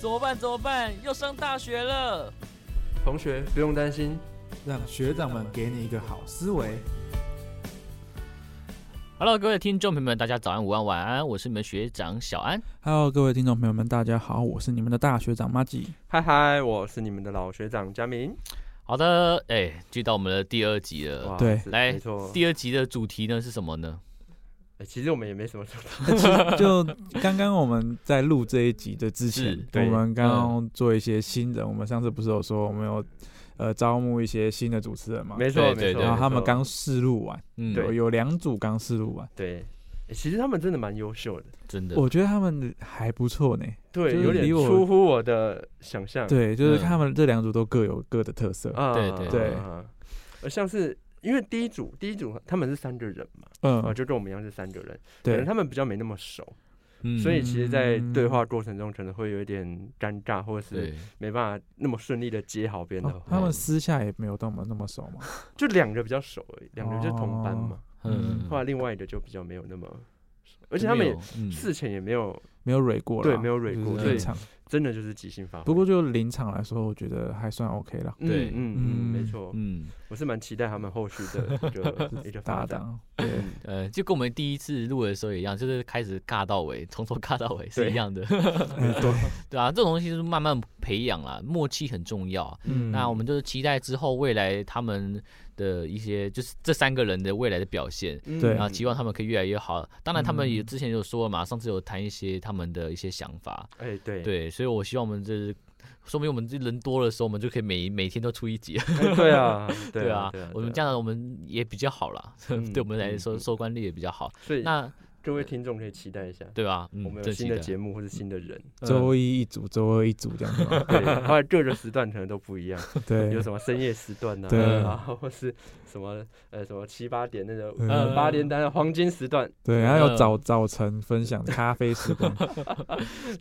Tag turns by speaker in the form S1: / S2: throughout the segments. S1: 怎么办？怎么办？要上大学了！
S2: 同学不用担心，
S3: 让学长们给你一个好思维。
S1: Hello，各位听众朋友们，大家早安、午安、晚安，我是你们学长小安。
S4: Hello，各位听众朋友们，大家好，我是你们的大学长马吉。
S2: 嗨嗨，我是你们的老学长佳明。
S1: 好的，哎，就到我们的第二集了。
S2: 哇
S4: 对
S2: 是
S1: 呃来
S2: 没错。
S1: 第二集的主题呢是什么呢？
S2: 哎其实我们也没什么说到，
S4: 就刚刚我们在录这一集的之前
S1: 是，
S4: 我
S2: 对
S4: 们刚刚做一些新人，我们上次不是有说我们有呃招募一些新的主持人嘛？
S2: 没错
S1: 对
S2: 没
S1: 啊对
S2: 错。
S4: 然后他
S2: 没
S4: 们
S2: 错
S4: 刚试录完，
S1: 嗯，
S4: 有有两组刚试录完，
S2: 对，哎其实他们真的蛮优秀的，
S1: 真的，
S4: 我觉得他们还不错呢。
S2: 对，
S4: 就是
S2: 有点
S4: 离我
S2: 出乎我的想象。
S4: 对，就是
S1: 嗯
S4: 他们这两组都各有各的特色。
S2: 啊，
S1: 对对
S4: 对
S2: 啊而像是因为第一组，第一组他们是三个人嘛，啊，
S4: 嗯，
S2: 就跟我们一样是三个人，可能
S4: 对
S2: 他们比较没那么熟，
S1: 嗯
S2: 所以其实，在对
S4: 嗯
S2: 话过程中可能会有一点尴尬，或者是
S1: 对
S2: 没办法那么顺利的接好别人的
S4: 哦。
S2: 话，
S4: 他们私下也没有那么那么熟嘛。
S2: 就两个比较熟而已，两个就同班嘛，
S1: 嗯，
S2: 后来另外一个就比较没有那么熟，而且他们也
S1: 嗯
S2: 事前也没有
S4: 没有蕊过啦，
S2: 对没有蕊过
S4: 就是
S1: 所以
S4: 临场。
S2: 真的就是即兴发挥，
S4: 不过就临场来说，我觉得还算 OK 了。
S2: 嗯
S1: 对
S2: 嗯嗯，没
S4: 嗯
S2: 错，
S1: 嗯
S2: 我是蛮期待他们后续 的一个一个发
S4: 搭
S2: 展。嗯
S4: 档，对，
S1: 呃，就跟我们第一次录的时候一样，就是开始尬到尾，从头尬到尾是
S2: 对
S1: 一样的，
S4: 哎对，
S1: 对啊，这种东西就是慢慢培养啦，默契很重要啊。
S4: 嗯
S1: 那我们就是期待之后未来他们的一些，就是这三个人的未来的表现，
S2: 嗯
S4: 对
S1: 然后期啊望他们可以越来越好。当然，他们也
S4: 嗯
S1: 之前有说了嘛，上次有谈一些他们的一些想法，
S2: 哎，对，
S1: 对，所以我希望我们这。说明我们这人多的时候，我们就可以每每天都出一 集，
S2: 哎 对啊，对
S1: 啊
S2: 啊，对啊，
S1: 我们这
S2: 样，
S1: 样我们也比较好啦，
S2: 嗯
S1: 对我们来
S2: 嗯
S1: 说
S2: 嗯
S1: 收官率也比较好。
S2: 所以
S1: 那
S2: 各位听众可以期待一下，
S1: 对吧？嗯
S2: 我们有
S1: 真
S2: 新
S1: 期
S2: 的
S1: 待
S2: 节目或是新 的人，，
S4: 周一一组，周二一组这样子嘛
S2: 对，然后各个时段可能都不一样， 有
S4: 对，
S2: 什么深夜时段呐，
S4: 对
S2: 然后或是什么呃什么七八点那个
S4: 嗯
S2: 呃八点档的黄金时段，
S4: 对，然后有早早晨分享咖啡时光，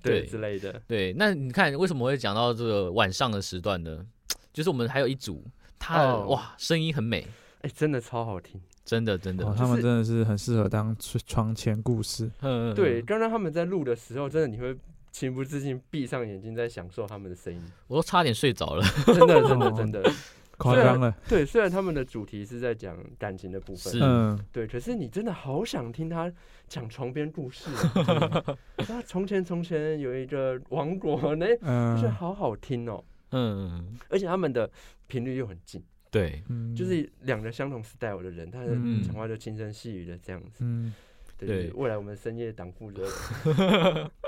S1: 对
S2: 对之类的，
S1: 对，那你看为什么会讲到这个晚上的时段呢？就是我们还有一组，他、
S2: 哦
S1: 哇，声音很美，
S2: 哎，真的超好听。
S1: 真的真的，
S4: 哦
S1: 嗯
S4: 他们真的是很适合当窗窗前故事，
S1: 嗯，嗯
S2: 对，，刚刚他们在录的时候，真的你会情不自禁闭上眼睛在享受他们的声音，
S1: 我都差点睡着了。
S2: 真的，真的，
S4: 哦
S2: 真的。
S4: 夸张了，
S2: 对，虽然他们的主题是在讲感情的部分
S1: 是，
S4: 嗯，
S2: 对，可是你真的好想听他讲床边故事啊。那从前从前有一个王国，那
S4: 嗯
S2: 就是好好听哦，
S1: 嗯，
S2: 而且他们的频率又很近，
S1: 对，
S4: 嗯
S2: 就是两个相同 style 的人，他的
S4: 嗯
S2: 讲话就轻声细语的这样子。
S4: 嗯，
S2: 对，就是
S1: 对
S2: 未来我们深夜党负责人，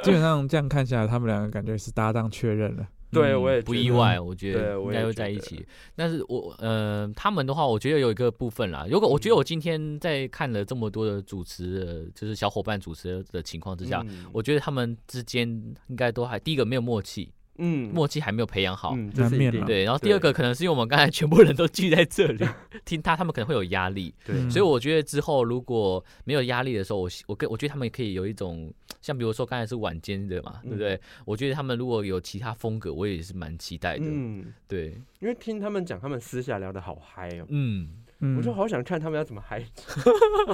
S4: 基本上这样看下来，他们两个感觉是搭档确认了，
S2: 对
S1: 嗯
S2: 我也
S1: 不
S2: 觉
S1: 意
S2: 得
S1: 外，我觉
S2: 对
S1: 得应
S2: 我
S1: 该
S2: 也
S1: 会
S2: 觉
S1: 在一
S2: 得
S1: 起。但是我呃，他们的话，我觉得有一个部分啦。如果我觉得
S2: 嗯
S1: 我今天在看了这么多的主持的，就是小伙伴主持的情况之下，
S2: 嗯
S1: 我觉得他们之间应该都还第一个没有默契，
S2: 嗯
S1: 默契还没有培养好。啊
S2: 嗯，这
S4: 难
S2: 是一
S4: 免
S2: 定
S4: 啦
S2: 的
S1: 对，然后第二个可能是因为我们刚才全部人都聚在这里 听他，他们可能会有压力，
S2: 对
S4: 嗯
S1: 所以我觉得之后如果没有压力的时候，我希我跟我觉得他们可以有一种像比如说刚才是晚间的嘛，
S2: 嗯
S1: 对不对？我觉得他们如果有其他风格，我也是蛮期待的。
S2: 嗯，
S1: 对，
S2: 因为听他们讲，他们私下聊的好嗨哦，
S1: 嗯，
S4: 嗯
S2: 我就，好想看他们要怎么嗨。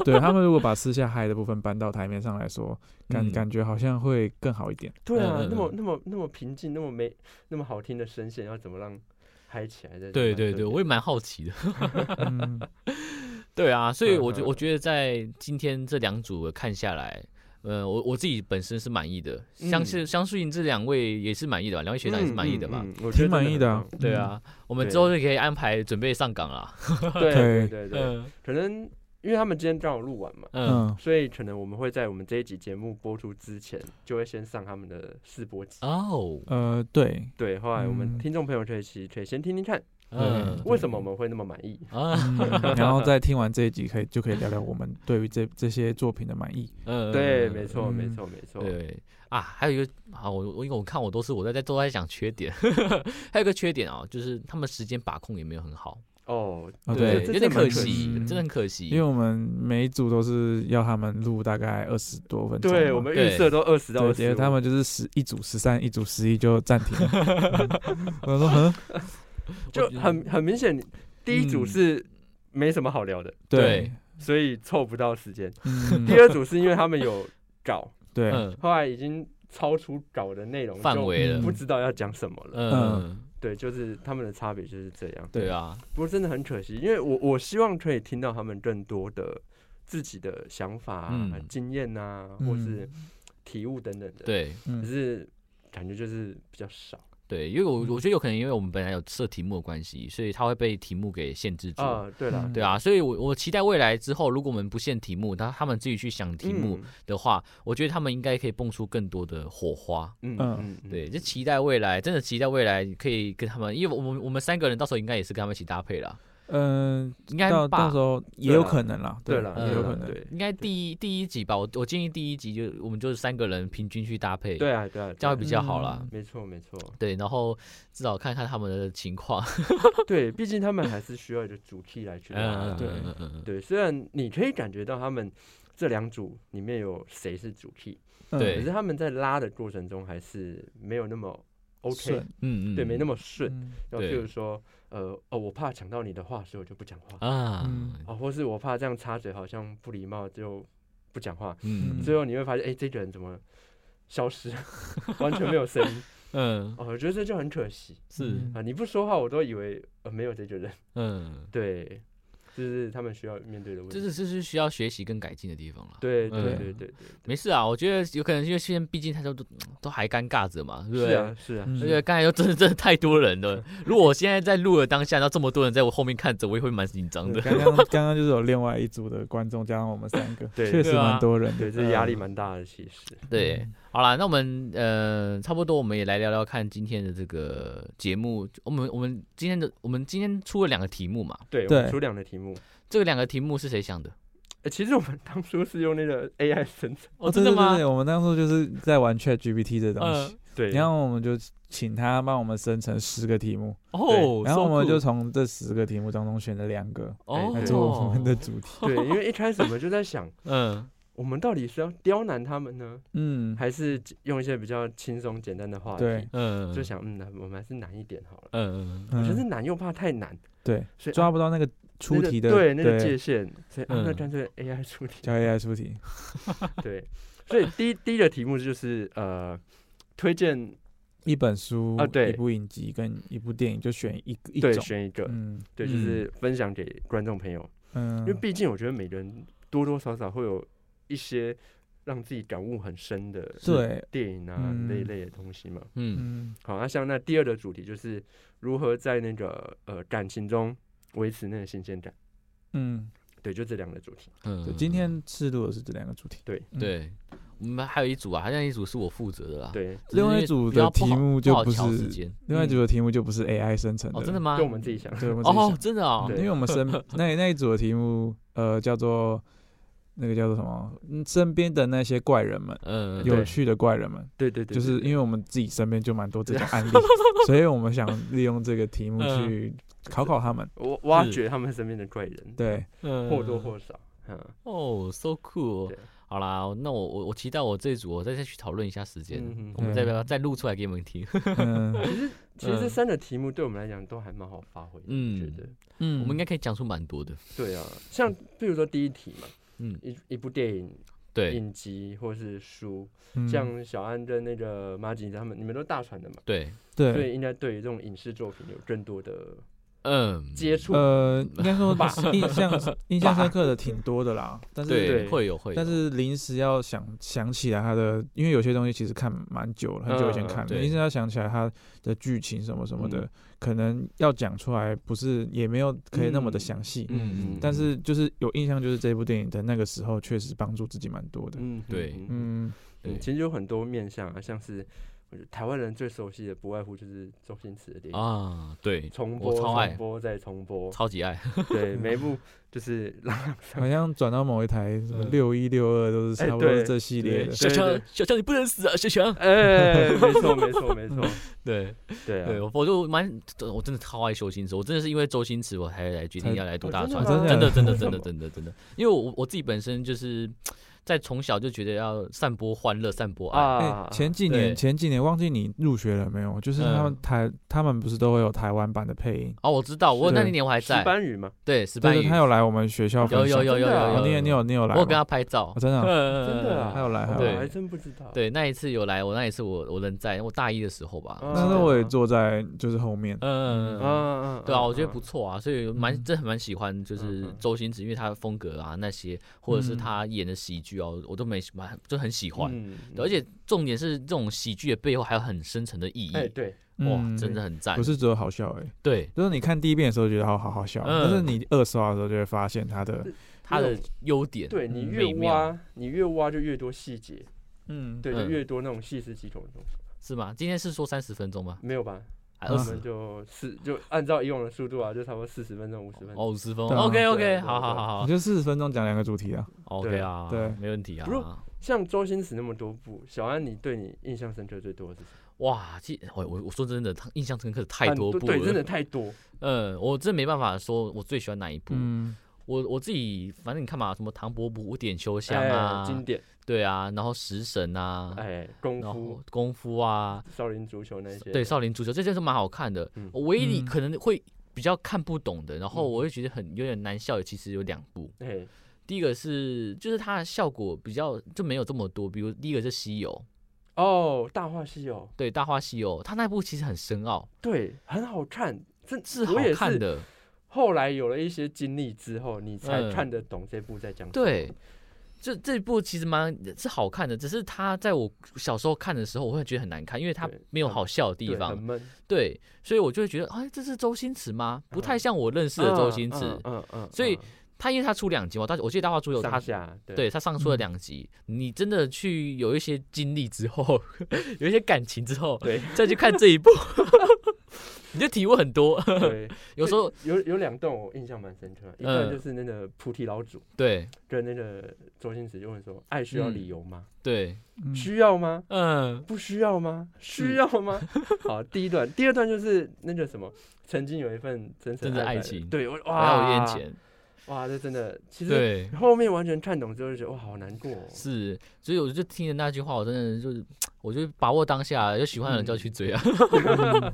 S4: 对他们如果把私下嗨的部分搬到台面上来说，感
S1: 嗯
S4: 感觉好像会更好一点，
S2: 对啊
S1: 嗯嗯，
S2: 那么
S1: 嗯
S2: 那么那么平静，那么没那么好听的声线，要怎么让嗨起来？
S1: 对对对，我也蛮好奇的。
S4: 嗯，
S1: 对啊，所以我觉
S2: 嗯嗯
S1: 我觉得在今天这两组看下来。呃，我我自己本身是满意的，相信、相信这两位也是满意的吧，两位学长也是满意的吧？
S2: 嗯，我
S4: 挺满意的啊，
S1: 对啊，我们之后就可以安排准备上岗啦。
S2: 对对
S4: 对
S2: 对对，
S1: 嗯
S2: 可能因为他们今天刚好录完嘛，
S1: 嗯
S4: 嗯，
S2: 所以可能我们会在我们这一集节目播出之前，就会先上他们的试播集。
S1: 哦，
S4: 呃，对，
S2: 对，后来我们
S4: 嗯
S2: 听众朋友可以其可以先听听看，
S1: 嗯
S2: 为什么我们会那么满意？
S1: 啊
S4: 嗯，然后再听完这一集，可以就可以聊聊我们对于这这些作品的满意。
S1: 嗯，
S2: 对，
S1: 嗯
S2: 没错，
S4: 嗯
S2: 没错，没错。
S1: 对啊，还有一个啊，我我因为我看我都是我在在都在讲缺点， 还有一个缺点啊，就是他们时间把控也没有很好，
S2: 哦，
S4: 啊，
S2: 对
S4: 对，
S2: 这
S1: 有点
S2: 这蛮
S1: 可
S2: 可惜
S1: 惜
S4: 的，
S1: 真的很可惜。
S4: 因为我们每一组都是要他们录大概二十多分钟嘛，
S2: 对我们
S1: 对
S2: 预设都二十到
S4: 对，
S2: 二
S4: 结
S2: 十，
S4: 果他们就是十一组十三，一组十一就暂停 了。我说，嗯，
S2: 就
S1: 我觉得
S2: 很很明显，第一组
S1: 嗯
S2: 是没什么好聊的，
S4: 对，
S2: 所以凑不到时间。
S4: 嗯
S2: 第，二组是因为他们有搞，
S4: 对，
S1: 嗯
S2: 后来已经超出稿的内容
S1: 范，围
S2: 就
S1: 了
S2: 不。知道要讲什么了。
S1: 嗯，
S2: 对，就是他们的差别就是这样。
S1: 对啊，
S2: 不过真的很可惜，因为我我希望可以听到他们更多的自己的想法、啊
S1: 嗯
S2: 经验啊，
S4: 嗯
S2: 或是体悟等等的。，
S1: 对
S2: 可
S4: 嗯
S2: 是感觉就是比较少
S1: 对，因为我我觉得有可能因为我们本来有设题目的关系，所以它会被题目给限制住。
S2: 啊。对了，
S4: 嗯
S1: 对啊，所以我我期待未来之后，如果我们不限题目，他他们自己去想题目
S2: 嗯
S1: 的话，我觉得他们应该可以蹦出更多的火花。
S2: 嗯
S4: 嗯
S2: 嗯，嗯
S1: 对，就期待未来，真的期待未来可以跟他们，因为我们我们三个人到时候应该也是跟他们一起搭配啦，
S4: 嗯，
S1: 应该
S4: 到
S1: 吧
S4: 到时候也有可能啦，
S2: 对
S4: 啦
S2: 了，
S1: 嗯
S4: 也
S2: 对
S4: 有
S2: 啦
S4: 可能。
S2: 对
S1: 应该第一第一集吧，我我建议第一集就我们就是三个人平均去搭配，
S2: 对，啊对啊，
S1: 这样会
S2: 对啊
S1: 比较好啦。
S4: 嗯
S2: 没错没错，
S1: 对，然后至少看看他们的情况。
S2: 对，毕竟他们还是需要一个主题 来去拉
S1: 嗯，
S2: 的。
S4: 对
S1: 嗯嗯嗯
S2: 对，虽然你可以感觉到他们这两组里面有谁是主 key，
S4: 嗯
S1: 对
S2: 可是他们在拉的过程中还是没有那么 OK，
S4: 顺
S1: 嗯嗯，
S2: 对，没那
S1: 么
S2: 么顺。
S4: 嗯
S2: 就
S1: 对
S2: 譬如说，呃，哦，我怕抢到你的话，所以我就不讲话啊、
S1: 啊，
S4: 嗯
S2: 哦或是我怕这样插嘴好像不礼貌，就不讲话。
S1: 嗯
S2: 最后你会发现，哎、这个人怎么消失， 完全没有声音。
S1: 嗯
S2: 哦，我觉得这就很可惜
S1: 是
S2: 啊、你不说话，我都以为呃没有这个人。
S1: 嗯，
S2: 对，就是他们需要面对的问
S1: 这
S2: 题。
S1: 是这是需要学习跟改进的地方了。
S2: 对对
S1: 嗯
S2: 对对对，
S1: 没事啊，我觉得有可能因为现在毕竟他都都都还尴尬着嘛，对不
S2: 是
S1: 对？
S2: 啊是啊，
S4: 嗯
S1: 而且刚才又真的真的太多人了，如果我现在在录的当下，那这么多人在我后面看着，我也会蛮紧张
S4: 对
S1: 的。
S4: 刚刚刚刚就是有另外一组的观众加上我们三个，
S2: 对
S4: 确实
S1: 对啊
S4: 蛮多人的。
S2: 对，这压力蛮大的，其实。
S1: 对，
S4: 嗯
S1: 好啦，那我们呃差不多，我们也来聊聊看今天的这个节目。我们我们今天的我们今天出了两个题目嘛，
S2: 对，我
S4: 对
S2: 们出两个题目。
S1: 这个两个题目是谁想的？
S2: 呃，其实我们当初是用那 个 AI 生成，
S1: 哦，真的
S4: 对对
S1: 吗
S4: 对，？对我们当初就是在玩 Chat GPT 这东
S1: 嗯
S4: 西，
S2: 对，
S4: 然后我们就请他帮我们生成十个题目，
S1: 哦，
S4: 然后
S1: so
S4: 我们就哎
S1: cool
S4: 从这十个题目当中选了两个
S1: 哦
S4: 来做我们的主题。
S2: 对，因为一开始我们就 在想，
S1: 嗯
S2: 我们到底是要刁难他们呢，
S4: 嗯，
S2: 还是用一些比较轻松简单的话题？
S4: 对，
S1: 嗯，
S2: 就想嗯，那我们还是难一点好了。
S1: 嗯嗯
S2: 我觉得
S4: 嗯，
S2: 难又怕太难，
S4: 对，
S2: 所以
S4: 抓
S2: 啊
S4: 不到那个出
S2: 那个
S4: 题的，
S2: 对那个界限，所以啊，那
S1: 嗯
S2: 干脆 AI 出题。
S4: 叫 AI 出题。
S2: 对，所以第一第一个题目就是呃，推荐
S4: 一本书
S2: 啊对
S4: 一部影集跟一部电影就选一个一
S2: 对
S4: 种，
S2: 选一个，
S4: 嗯
S2: 对，就
S1: 嗯
S2: 是分享给观众朋友，
S4: 嗯
S2: 因为，毕竟我觉得每个人多多少少会有一些让自己感悟很深的
S4: 对，
S2: 电影啊那一
S4: 嗯
S2: 类的东西嘛。
S1: 嗯
S4: 嗯
S2: 好，那像那第二个主题就是如何在那个呃感情中维持那个新鲜感。
S4: 嗯，
S2: 对，就这两个主题。
S1: 嗯，
S4: 对，
S1: 嗯
S4: 今天制度的是这两个主题，
S2: 对
S4: 嗯，
S1: 对我们还有一组啊，好像一组是我负责的啦。，
S2: 对，
S1: 只是因为
S4: 另外一组的
S1: 比较不好
S4: 题目就
S1: 不好
S4: 不
S1: 调
S4: 是
S1: 时间
S2: 嗯
S4: 另外一组的题目就不是 AI 生成的，
S1: 哦，真的，吗？
S2: 就我们自己想。
S4: 对，我们自己
S1: 哦
S4: 想，
S1: 真的哦
S4: 嗯，
S2: 对
S4: 因为我们 身那那一组的题目，呃，叫做那个叫做什么？嗯身边的那些怪人们，
S1: 嗯，
S4: 有
S2: 对
S4: 趣的怪人们，
S2: 对对对，
S4: 就是因
S2: 为
S4: 为我们自己身边就蛮多这种案例， 所以我们想利用这个题目
S1: 嗯
S4: 去考考他们。
S2: 我挖
S1: 是
S2: 掘他们身边的怪人，
S4: 对，
S1: 嗯
S2: 或多或少。嗯，
S1: 哦，so cool
S2: 对。
S1: 好啦，那我我我期待我这一组，我再再去讨论一下时间，
S2: 嗯哼
S1: 我们再
S4: 嗯
S1: 把它再录出来给你们听。
S4: 嗯
S2: 其实这
S1: 嗯
S2: 三个题目对我们来讲都还蛮好发挥的，我 觉
S1: 嗯
S2: 得。
S4: 嗯
S1: 我们应该可以讲出蛮多的。
S2: 对啊，像比如说第一题嘛，
S1: 嗯，
S2: 一一部电影、
S1: 对
S2: 影集或是书，
S4: 嗯
S2: 像小安跟那个马吉他们，你们都大传的嘛，
S1: 对，
S2: 所
S4: 对，
S2: 以应该对于这种影视作品有更多的
S1: 嗯，
S2: 接触。
S4: 呃，应该 说印象印象深刻的挺多的啦，但是
S1: 对
S2: 对
S1: 会有会有，
S4: 但是临时要想想起来它的，因为有些东西其实看蛮久了，很久以前
S2: 嗯
S4: 看的，
S1: 对
S4: 临时要想起来它的剧情什么什么的，
S2: 嗯
S4: 可能要讲出来不是也没有可以那么
S2: 嗯
S4: 的详细，
S1: 嗯
S4: 但是就是有印象，就是这部电影的那个时候确实帮助自己蛮多的。
S2: 嗯，
S1: 对
S2: 嗯，
S4: 嗯，
S1: 对
S2: 嗯其实有很多面向啊，像是我觉得台湾人最熟悉的，不外乎就是周星驰的电影。
S1: 啊，对，
S2: 重
S1: 我
S2: 播、
S1: 超爱
S2: 重播再重 播，
S1: 超级爱，
S2: 对，每一部就是朗朗 上
S4: 好像转到某一台什么
S1: 嗯
S4: 六一六二都是
S2: 哎
S4: 差不多
S2: 对
S4: 是这系列的
S2: 对。
S1: 小强小强你不能死啊，小强。
S2: 哎，没错，没错，没错，
S1: 对
S2: 对啊，
S1: 对，我我就蛮我真的超爱周星驰，我真的是因为周星驰我才来决定
S4: 才
S1: 要来读
S2: 哦
S1: 大
S2: 真的
S1: 川。
S2: 吗
S1: 真的，真的，
S2: 为
S1: 真
S2: 什
S1: 的，
S2: 么
S1: 真的，真的，因为我我自己本身就是在从小就觉得要散播欢乐、散播爱。
S2: 啊，
S4: 哎前几年
S1: 对
S4: 前几年忘记你入学了没有？就是他们
S1: 嗯
S4: 台、他们不是都会有台湾版的配音，
S1: 哦，我知道，我
S4: 是
S1: 那一年我还
S2: 西
S1: 在，
S2: 班语嘛，
S1: 对，石
S4: 但
S1: 斑
S4: 是
S1: 鱼，
S4: 他有来我们学校分
S1: 有
S4: 享
S1: 有有有有
S2: 真的啊
S1: 有，
S4: 哦你也你有你有来
S1: 我
S4: 吗，
S1: 有跟他拍照
S4: 哦、，真的 啊、
S1: 嗯
S2: 真的啊
S4: 还有来还有
S2: 我
S1: 对
S4: 来。
S2: 还真不知道。，
S1: 对，那一次有来，我那一次我我人在，我大一的时候吧，
S2: 嗯
S4: 但是啊我也坐在就是后面，
S1: 嗯，嗯
S2: 嗯嗯，
S1: 对啊，我觉得
S2: 嗯
S1: 不错啊，所以蛮
S4: 嗯
S1: 真的蛮喜欢，就
S2: 嗯
S1: 是
S2: 嗯
S1: 周星驰，因为他的风格啊那些，或者是
S4: 嗯
S1: 他演的喜剧哦，我都没蛮就很喜欢，
S2: 嗯
S1: 对而且重点是这种喜剧的背后还有很深层的意义，
S2: 哎，对，
S1: 哇，
S4: 嗯
S1: 真的很赞，
S4: 不是只有好笑哎、
S1: 对
S4: 就是你看第一遍的时候觉得好好好笑，
S1: 嗯
S4: 但是你二刷的时候就会发现它的
S1: 他的优点，
S2: 对你
S4: 嗯
S2: 越
S1: 美妙
S2: 挖，你越挖就越多细节，
S4: 嗯
S2: 对，就
S1: 嗯
S2: 越多那种细思极恐的东西。
S1: 是吗？今天是说三十分钟吗？
S2: 没有吧？
S1: 还
S4: 嗯
S1: 二
S2: 我
S1: 十
S2: 们？就四就按照以往的速度啊，就差不多四十分钟、五十分钟。
S1: 哦，五十分
S4: 对啊
S1: ，OK
S2: 对
S1: OK，
S2: 啊
S1: 好好好
S4: 你
S1: 好
S4: 就四十分钟讲两个主题啊，
S1: ，OK 啊，
S4: 对
S1: 没问题
S2: 不是
S1: 啊。
S2: 像周星驰那么多部，小安，你对你印象深刻最多的是什么
S1: 哇，其我我我说真的，他印象深刻太
S2: 很
S1: 多部了，
S2: 啊对，真的太多。
S1: 嗯，我真没办法说我最喜欢哪一部。
S4: 嗯，
S1: 我我自己反正你看嘛，什么唐伯虎点秋香
S2: 哎，
S1: 啊，
S2: 经典，
S1: 对啊，然后食神啊，
S2: 哎，功
S1: 然
S2: 夫
S1: 后、功夫啊，
S2: 少林足球那些，
S1: 对，少林足球，这些都蛮好看的。
S2: 嗯
S1: 我唯一
S4: 嗯
S1: 可能会比较看不懂的，然后
S2: 嗯
S1: 我会觉得很有点难笑的，其实有两部。
S2: 哎，
S1: 第一个是就是它的效果比较就没有这么多，比如第一个是西游，
S2: 哦，《大话西游
S1: 对，《大话西游》，它那部其实很深奥，》
S2: 对，很好看，真
S1: 是好
S2: 我也
S1: 看
S2: 是
S1: 的。
S2: 后来有了一些经历之后，你才
S1: 嗯
S2: 看得懂这部在讲什么。
S1: 对，这这部其实蛮是好看的，只是它在我小时候看的时候，我会觉得很难看，因为它
S2: 对
S1: 没有
S2: 很
S1: 好笑的地
S2: 对
S1: 方
S2: 很。闷
S1: 对所以我就会觉得，哎，这是周星驰吗？不太像我认识的周星驰。
S2: 嗯嗯嗯，
S1: 所以他因为他出两集嘛，但我记得《大话出游》
S2: 上
S1: 他。
S2: 下对嗯
S1: 对他上出了两集，你真的去有一些经历之后， 有一些感情之后，
S2: 对
S1: 再去看这一部，你就体悟很多。
S2: 对，
S1: 有时候
S2: 有有两段我印象蛮深刻，一
S1: 嗯
S2: 段就是那个菩提老祖
S1: 对
S2: 跟那个周星驰就问说：“爱需要
S1: 嗯
S2: 理由吗？
S1: 对，
S4: 嗯
S2: 需要吗？
S1: 嗯
S2: 不需要吗？需要吗？” 好，第一段，第二段就是那个什么，曾经有一份真诚
S1: 真的
S2: 爱
S1: 爱
S2: 在
S1: 情
S2: 对，我
S1: 还有
S2: 哇，
S1: 烟，钱，
S2: 哇，这真的，其实
S1: 对，
S2: 后面完全看懂之后就觉得哇，好难过哦，
S1: 是，所以我就听着那句话，我真的就是，我就把握当下，有喜欢的人就要去追啊。
S2: 嗯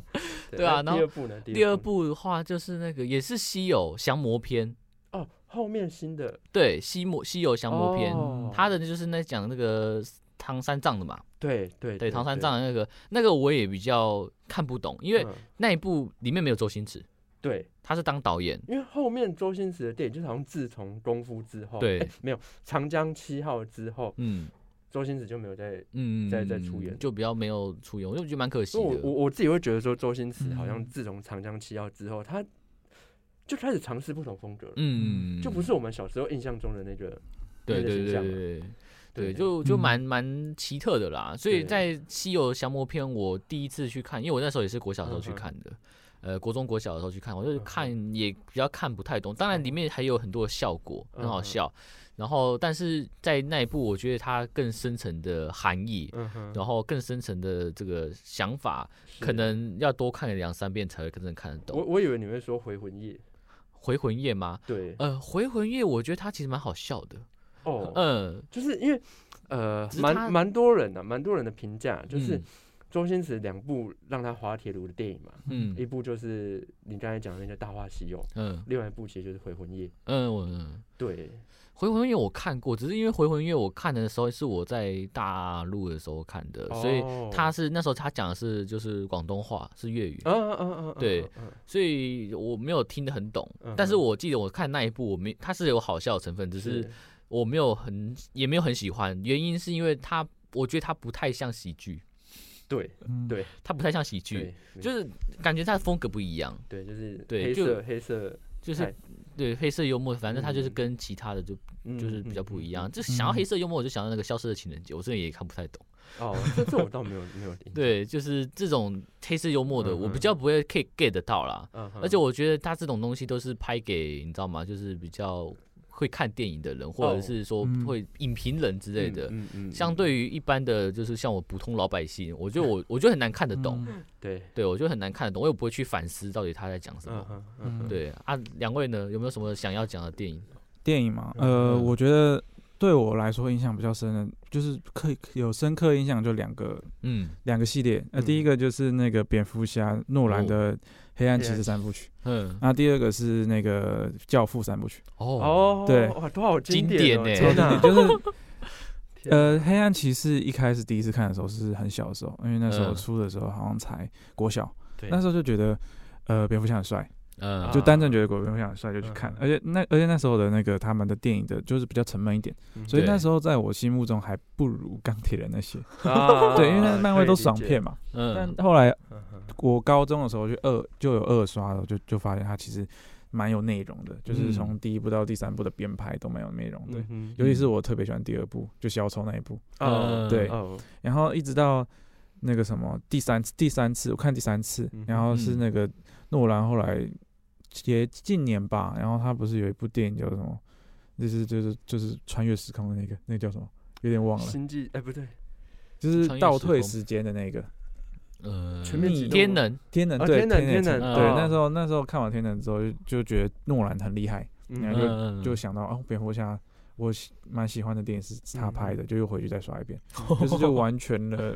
S1: 对啊
S2: 那
S1: 然后
S2: 第二部呢？
S1: 第二部的话就是那个也是西游降魔篇，
S2: 哦，后面新的
S1: 对，西魔西游降魔篇，
S2: 哦
S1: 他的就是那讲那个唐三藏的嘛，
S2: 对对
S1: 对，唐三藏的那个那个我也比较看不懂，因
S2: 对
S1: 为
S2: 嗯
S1: 那一部里面没有周星驰，
S2: 对
S1: 他是当导演，
S2: 因为后面周星驰的电影，就是好像自从功夫之后，
S1: 对
S2: 诶没有长江七号之后，
S1: 嗯
S2: 周星驰就没有在。
S1: 嗯，
S2: 再再出演
S1: 就比较没有出演，我就觉得蛮可惜
S2: 因为我我
S1: 的，
S2: 我自己会觉得说，周星驰好像
S4: 嗯
S2: 自从长江七号之后，他就开始尝试不同风格了，
S1: 嗯，
S2: 就不是我们小时候印象中的那个。
S1: 对
S2: 那个
S1: 对
S2: 形
S1: 对
S2: 象嘛
S1: 对。对，就就
S4: 嗯
S1: 蛮蛮奇特的啦，所以
S2: 对
S1: 在《西游降魔篇》，我第一次去看，因为我那时候也是国小的时候去
S2: 嗯哼
S1: 看的，呃，国中国小的时候去看，我就是
S2: 嗯哼
S1: 看也比较看不太懂，当然里面还有很多的效果，很好
S2: 嗯哼
S1: 笑，然后但是在那一部，我觉得它更深层的含义，
S2: 嗯哼，
S1: 然后更深层的这个想法，
S2: 是
S1: 可能要多看个两三遍才会真正看得
S2: 我
S1: 懂。
S2: 我以为你会说《回魂夜》，
S1: 回魂夜吗？
S2: 对，
S1: 呃，回魂夜我觉得它其实蛮好笑的，
S2: 哦，
S1: 嗯，
S2: 就是因为呃
S1: 只，是他
S2: 蛮蛮多人的、啊，蛮多人的评价就是
S1: 嗯
S2: 周星驰两部让他滑铁卢的电影嘛，一
S1: 嗯
S2: 部就是你刚才讲的那个《大话西游》，
S1: 嗯
S2: 另外一部其实就是《回魂夜》。
S1: 嗯，我嗯。
S2: 对，
S1: 回魂夜我看过，只是因为回魂夜我看的时候是我在大陆的时候看的，所以
S2: 哦
S1: 他是那时候他讲的是就是广东话是粤语，
S2: 嗯嗯嗯嗯，嗯
S1: 啊对，
S2: 嗯
S1: 所以我没有听得很懂。
S2: 嗯哼
S1: 但是我记得我看那一部，我没它是有好笑的成分，只是我没有很也没有很喜欢，原因是因为它我觉得它不太像喜剧，
S2: 对
S4: 嗯
S2: 对
S1: 它不太像喜剧，
S2: 对，
S1: 就是是感觉它的风格不一样，
S2: 对，就是
S1: 对
S2: 黑
S1: 就
S2: 色黑色，
S1: 就是
S2: 哎
S1: 对黑色幽默，反正它就是
S2: 嗯
S1: 跟其他的就就是比较不一样。就想到
S4: 嗯
S1: 黑色幽默，我就想到那个消失的情人节，我真的也看不太懂。
S2: 哦，这这我倒没有没有印 象，
S1: 对，就是这种黑色幽默的，
S2: 嗯
S1: 我比
S2: 嗯
S1: 较不会 get get 得到啦。
S2: 嗯哼，
S1: 而且我觉得他这种东西都是拍给你知道吗？就是比较会看电影的人，或者
S2: 哦
S1: 是说
S4: 嗯
S1: 会影评人之类
S2: 嗯
S1: 的。
S2: 嗯嗯，
S1: 相
S2: 嗯
S1: 对于一般的，就是像我普通老百姓，我觉得 我我就很难看得懂，
S4: 嗯
S2: 对，
S1: 对我就很难看得懂，我也不会去反思到底他在讲什
S2: 嗯
S1: 么。
S2: 哼嗯
S4: 嗯
S2: 哼，
S1: 对啊，两位呢有没有什么想要讲的电影？
S4: 电影嘛，
S2: 嗯
S4: 呃，我觉得对我来说印象比较深的，就是刻有深刻印象就两个
S1: 嗯
S4: 两个系列。那、
S2: 嗯
S4: 第一个就是那个蝙蝠侠诺兰的《黑暗骑士》三部曲，
S1: 嗯
S4: 那、第二个是那个《教父》三部曲。
S1: 哦
S2: 哦，
S4: 对
S2: 哇，都好
S1: 经
S2: 典哦，
S1: 典欸
S2: 天 哪，
S4: 就是
S2: 天哪，
S4: 呃，《黑暗骑士》一开始第一次看的时候是很小的时候，因为那时候
S1: 嗯
S4: 出的时候好像才国小，
S1: 对
S4: 那时候就觉得呃蝙蝠侠很帅，
S1: 嗯
S4: 就
S2: 啊
S4: 单纯觉得蝙蝠侠很帅就去看
S2: 嗯。
S4: 而且那而且那时候的那个他们的电影的就是比较沉闷一点，所以
S1: 对
S4: 那时候在我心目中还不如钢铁人那些。
S2: 啊
S4: 对，因为那漫威都爽，
S2: 可以理
S4: 片
S2: 解
S4: 嘛。但
S1: 嗯
S4: 后来
S2: 嗯哼
S4: 我高中的时候就二就有二刷了，就就发现它其实蛮有内容的，就是
S1: 嗯
S4: 从第一部到第三部的编排都蛮有内容的。
S2: 嗯哼
S4: 尤其是我特别喜欢第二部，就小丑那一部，
S2: 哦
S1: 嗯
S4: 对
S2: 哦，
S4: 然后一直到那个什么第三次，第三次我看第三次
S2: 嗯，
S4: 然后是那个诺兰后来也近年吧，然后他不是有一部电影叫什么，就是就是就是穿越时空的那个，那个叫什么？有点忘了，
S2: 星际哎不对，
S4: 就是
S1: 穿越
S4: 倒
S1: 时
S4: 退
S1: 空
S4: 时间的那个
S1: 嗯，
S2: 全面
S4: 启动
S1: 天能
S4: 天能，
S2: 啊
S4: 对
S2: 天能
S4: 天
S2: 天
S1: 能
S4: 对，
S1: 哦
S4: 那时候那时候看完天能之后就就觉得诺兰很厉害，然
S2: 呃
S4: 后就
S1: 嗯
S4: 就想到哦，蝙蝠侠我喜蛮喜欢的电影是他拍
S2: 嗯
S4: 的，就又回去再刷一遍，
S1: 嗯
S4: 就是就完全的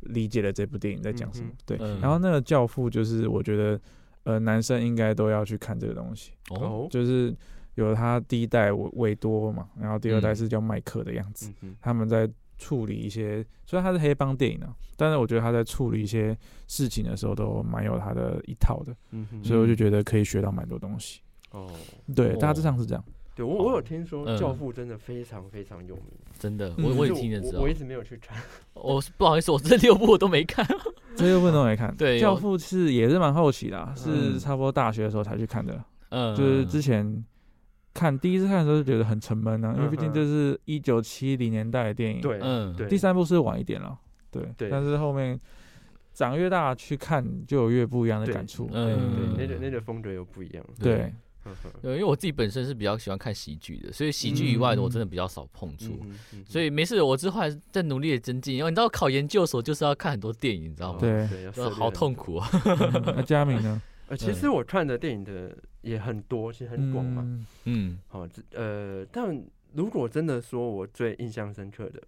S4: 理解了这部电影在讲什么
S2: 嗯哼。
S4: 对，
S1: 嗯
S4: 然后那个教父就是我觉得呃男生应该都要去看这个东西，
S1: 哦
S2: 哦，
S4: 就是有他第一代维维多嘛，然后第二代
S1: 嗯
S4: 是叫麦克的样子，
S2: 嗯哼
S4: 他们在处理一些，虽然它是黑帮电影啊，但是我觉得他在处理一些事情的时候都蛮有他的一套的，
S2: 嗯哼
S4: 所以我就觉得可以学到蛮多东西。
S2: 哦，
S4: 对，
S1: 哦
S4: 大致上是这样。
S2: 对我我
S4: 哦
S2: 有听说
S1: 嗯
S2: 《教父》真的非常非常有名，
S1: 真的，
S4: 嗯
S1: 我我也
S2: 就是
S1: 听得知
S2: 我
S1: 道
S2: 我，一直没有去看，
S1: 我是不好意思，我这六部我都没看，
S4: 这六部都没看，
S1: 对
S4: 教父》是也是蛮好奇的、啊，
S1: 嗯
S4: 是差不多大学的时候才去看的，
S1: 嗯，
S4: 就是之前。看第一次看的时候就觉得很沉闷啊，因为毕
S2: 嗯
S4: 竟
S2: 哼
S4: 这是一九七零年代的电影，
S2: 对，
S1: 嗯
S2: 对，
S4: 第三部是晚一点了，对，
S2: 对
S4: 但是后面长越大去看就有越不一样的
S2: 对
S4: 感触，
S2: 对
S1: 嗯
S2: 对，那个那个风格又不一样，
S4: 对，
S2: 嗯哼
S1: 对，因为我自己本身是比较喜欢看喜剧的，所以喜剧以外的我真的比较少碰触。
S2: 嗯哼
S1: 所以没事，我之后还是在努力的增进。因为你知道，考研究所就是要看很多电影，你知道
S2: 嗯
S1: 吗？
S4: 哦对
S2: 哼要涉
S1: 呃
S2: 猎
S1: 好
S2: 很
S1: 痛
S2: 多
S1: 苦啊！
S4: 嗯那佳敏呢？
S2: 呃，其实我看的电影的也很多，其实很广嘛。
S4: 嗯
S1: 嗯
S2: 好、这呃，但如果真的说我最印象深刻的、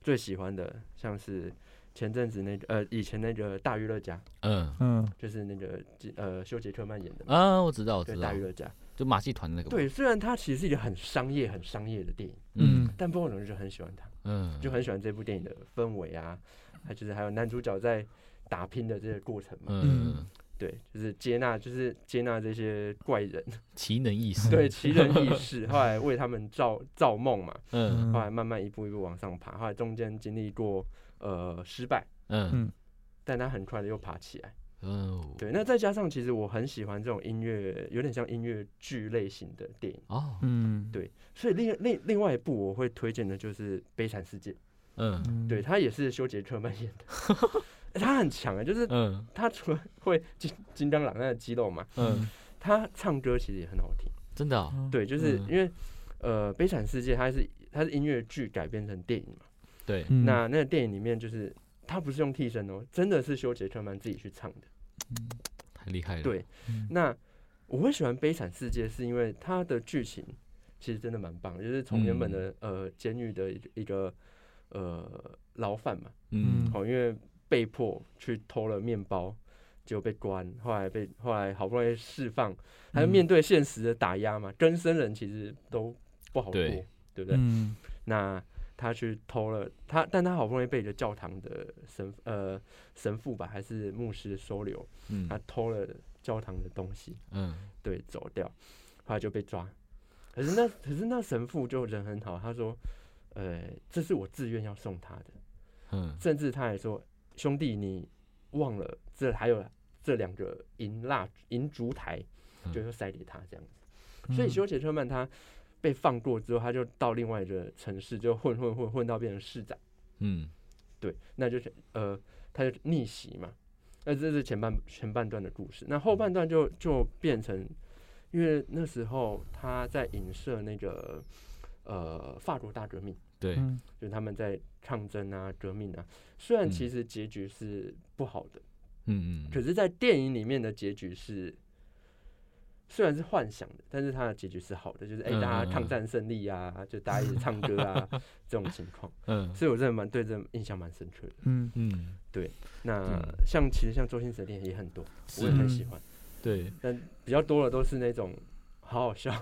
S2: 最喜欢的，像是前阵子那个呃，以前那个《大娱乐家》，
S1: 嗯
S4: 嗯，
S2: 就是那个杰呃修杰克曼演的嘛，
S1: 啊，我知道，我
S2: 对，
S1: 知
S2: 《
S1: 道
S2: 大娱，乐家》
S1: 就马戏团的那个。
S2: 对，，虽然它其实是一个很商业、很商业的电影，
S1: 嗯
S4: 嗯
S2: 但不知道为什么就很喜欢它，
S1: 嗯，
S2: 就很喜欢这部电影的氛围啊，还就是还有男主角在打拼的这个过程嘛，
S1: 嗯
S4: 嗯
S2: 对，就是接纳，就是接纳这些怪 人。
S1: 奇能异事。
S2: 对奇人异事，后来为他们造造梦嘛，
S1: 嗯
S2: 后来慢慢一步一步往上爬，后来中间经历过呃失败，
S1: 嗯
S2: 但他很快的又爬起来。
S1: 嗯，
S2: 对，那再加上其实我很喜欢这种音乐，有点像音乐剧类型的电影，
S1: 哦，
S4: 嗯，
S2: 对所以另另另外一部我会推荐的就是《悲惨世界》，
S1: 嗯
S4: 嗯
S2: 对，他也是修杰克曼演的 欸，他很强啊，就是
S1: 嗯
S2: 他除了会金金刚狼那个肌肉嘛，
S1: 嗯，
S2: 他唱歌其实也很好听。
S1: 真的哦，
S2: 对，就是
S1: 嗯
S2: 因为呃，《悲惨世界》它是它是音乐剧改编成电影嘛，
S1: 对，
S4: 嗯
S2: 那那个电影里面就是它不是用替身哦，真的是修杰克曼自己去唱的。
S1: 太厉害了。
S2: 对，
S4: 嗯
S2: 那我会喜欢《悲惨世界》是因为它的剧情其实真的蛮棒，就是从原本的、
S1: 嗯
S2: 呃监狱的一个一个呃牢犯嘛，
S1: 嗯
S2: 哦，因为被迫去偷了面包。就被关，后来被后来好不容易释放，还要
S1: 嗯
S2: 面对现实的打压嘛，跟生人其实都不好过，
S1: 对
S2: 对不对？
S4: 嗯
S2: 那他去偷了他，但他好不容易被一个教堂的神呃神父吧还是牧师收留，
S1: 嗯
S2: 他偷了教堂的东西，
S1: 嗯
S2: 对，走掉，后来就被抓。可是那可是那神父就人很好，他说，呃，这是我自愿要送他的，
S1: 嗯
S2: 甚至他还说，兄弟，你忘了这还有这两个银蜡银烛台，
S1: 嗯
S2: 就是塞给他这样。
S4: 嗯
S2: 所以修杰克曼他被放过之后，他就到另外一个城市就混混混混到变成市长，
S1: 嗯
S2: 对，那就是呃，他就逆袭嘛。那这是前半前半段的故事，那后半段就就变成，因为那时候他在影射那个呃法国大革命，
S1: 对，
S4: 嗯
S2: 就是他们在抗争啊、革命啊。虽然
S1: 嗯
S2: 其实结局是不好的，
S1: 嗯嗯
S2: 可是，在电影里面的结局是虽然是幻想的，但是它的结局是好的，就是哎、
S1: 嗯嗯
S2: 大
S1: 嗯
S2: 家抗战胜利啊，就大家一起唱 歌啊这种情况，
S1: 嗯
S2: 所以我真的蛮对这印象蛮深刻的。
S4: 嗯，
S1: 嗯，
S2: 那
S1: 嗯
S2: 像其实像周星驰的电影也很多，我也
S1: 是
S2: 很
S4: 嗯
S2: 喜欢，
S1: 对，
S2: 但比较多的都是那种好好笑，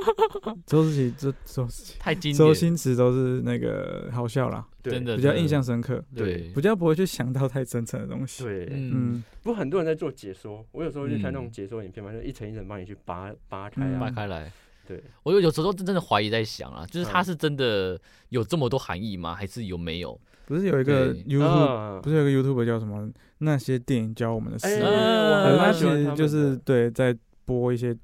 S4: 周星驰这周
S1: 太经典
S4: 周
S1: 了，
S4: 星驰都是那个好笑啦，
S2: 对
S1: 真的
S4: 比较
S1: 真的
S4: 印象深刻，
S1: 对
S4: 比，较不会去想到太深层的东西。
S2: 对，
S1: 嗯
S4: 嗯，
S2: 不过很多人在做解说，我有时候就看那种
S1: 嗯
S2: 解说影片嘛，就一层一层帮你去扒扒开
S1: 掰
S2: 啊
S4: 嗯，
S1: 开来。
S2: 对，
S1: 我有有时候真的怀疑在想啊，就是它
S2: 嗯
S1: 是真的有这么多含义吗？还是有没有？
S4: 不是有一个
S1: 对
S4: YouTube，
S2: 啊
S4: 不是有一个 YouTube 叫什么？那些电影教我们的事
S2: 哎，。
S1: 嗯
S2: 我
S4: 呃，他
S2: 很
S4: 其
S2: 喜欢他
S4: 实
S2: 们
S4: 就是
S2: 的
S4: 对在播一些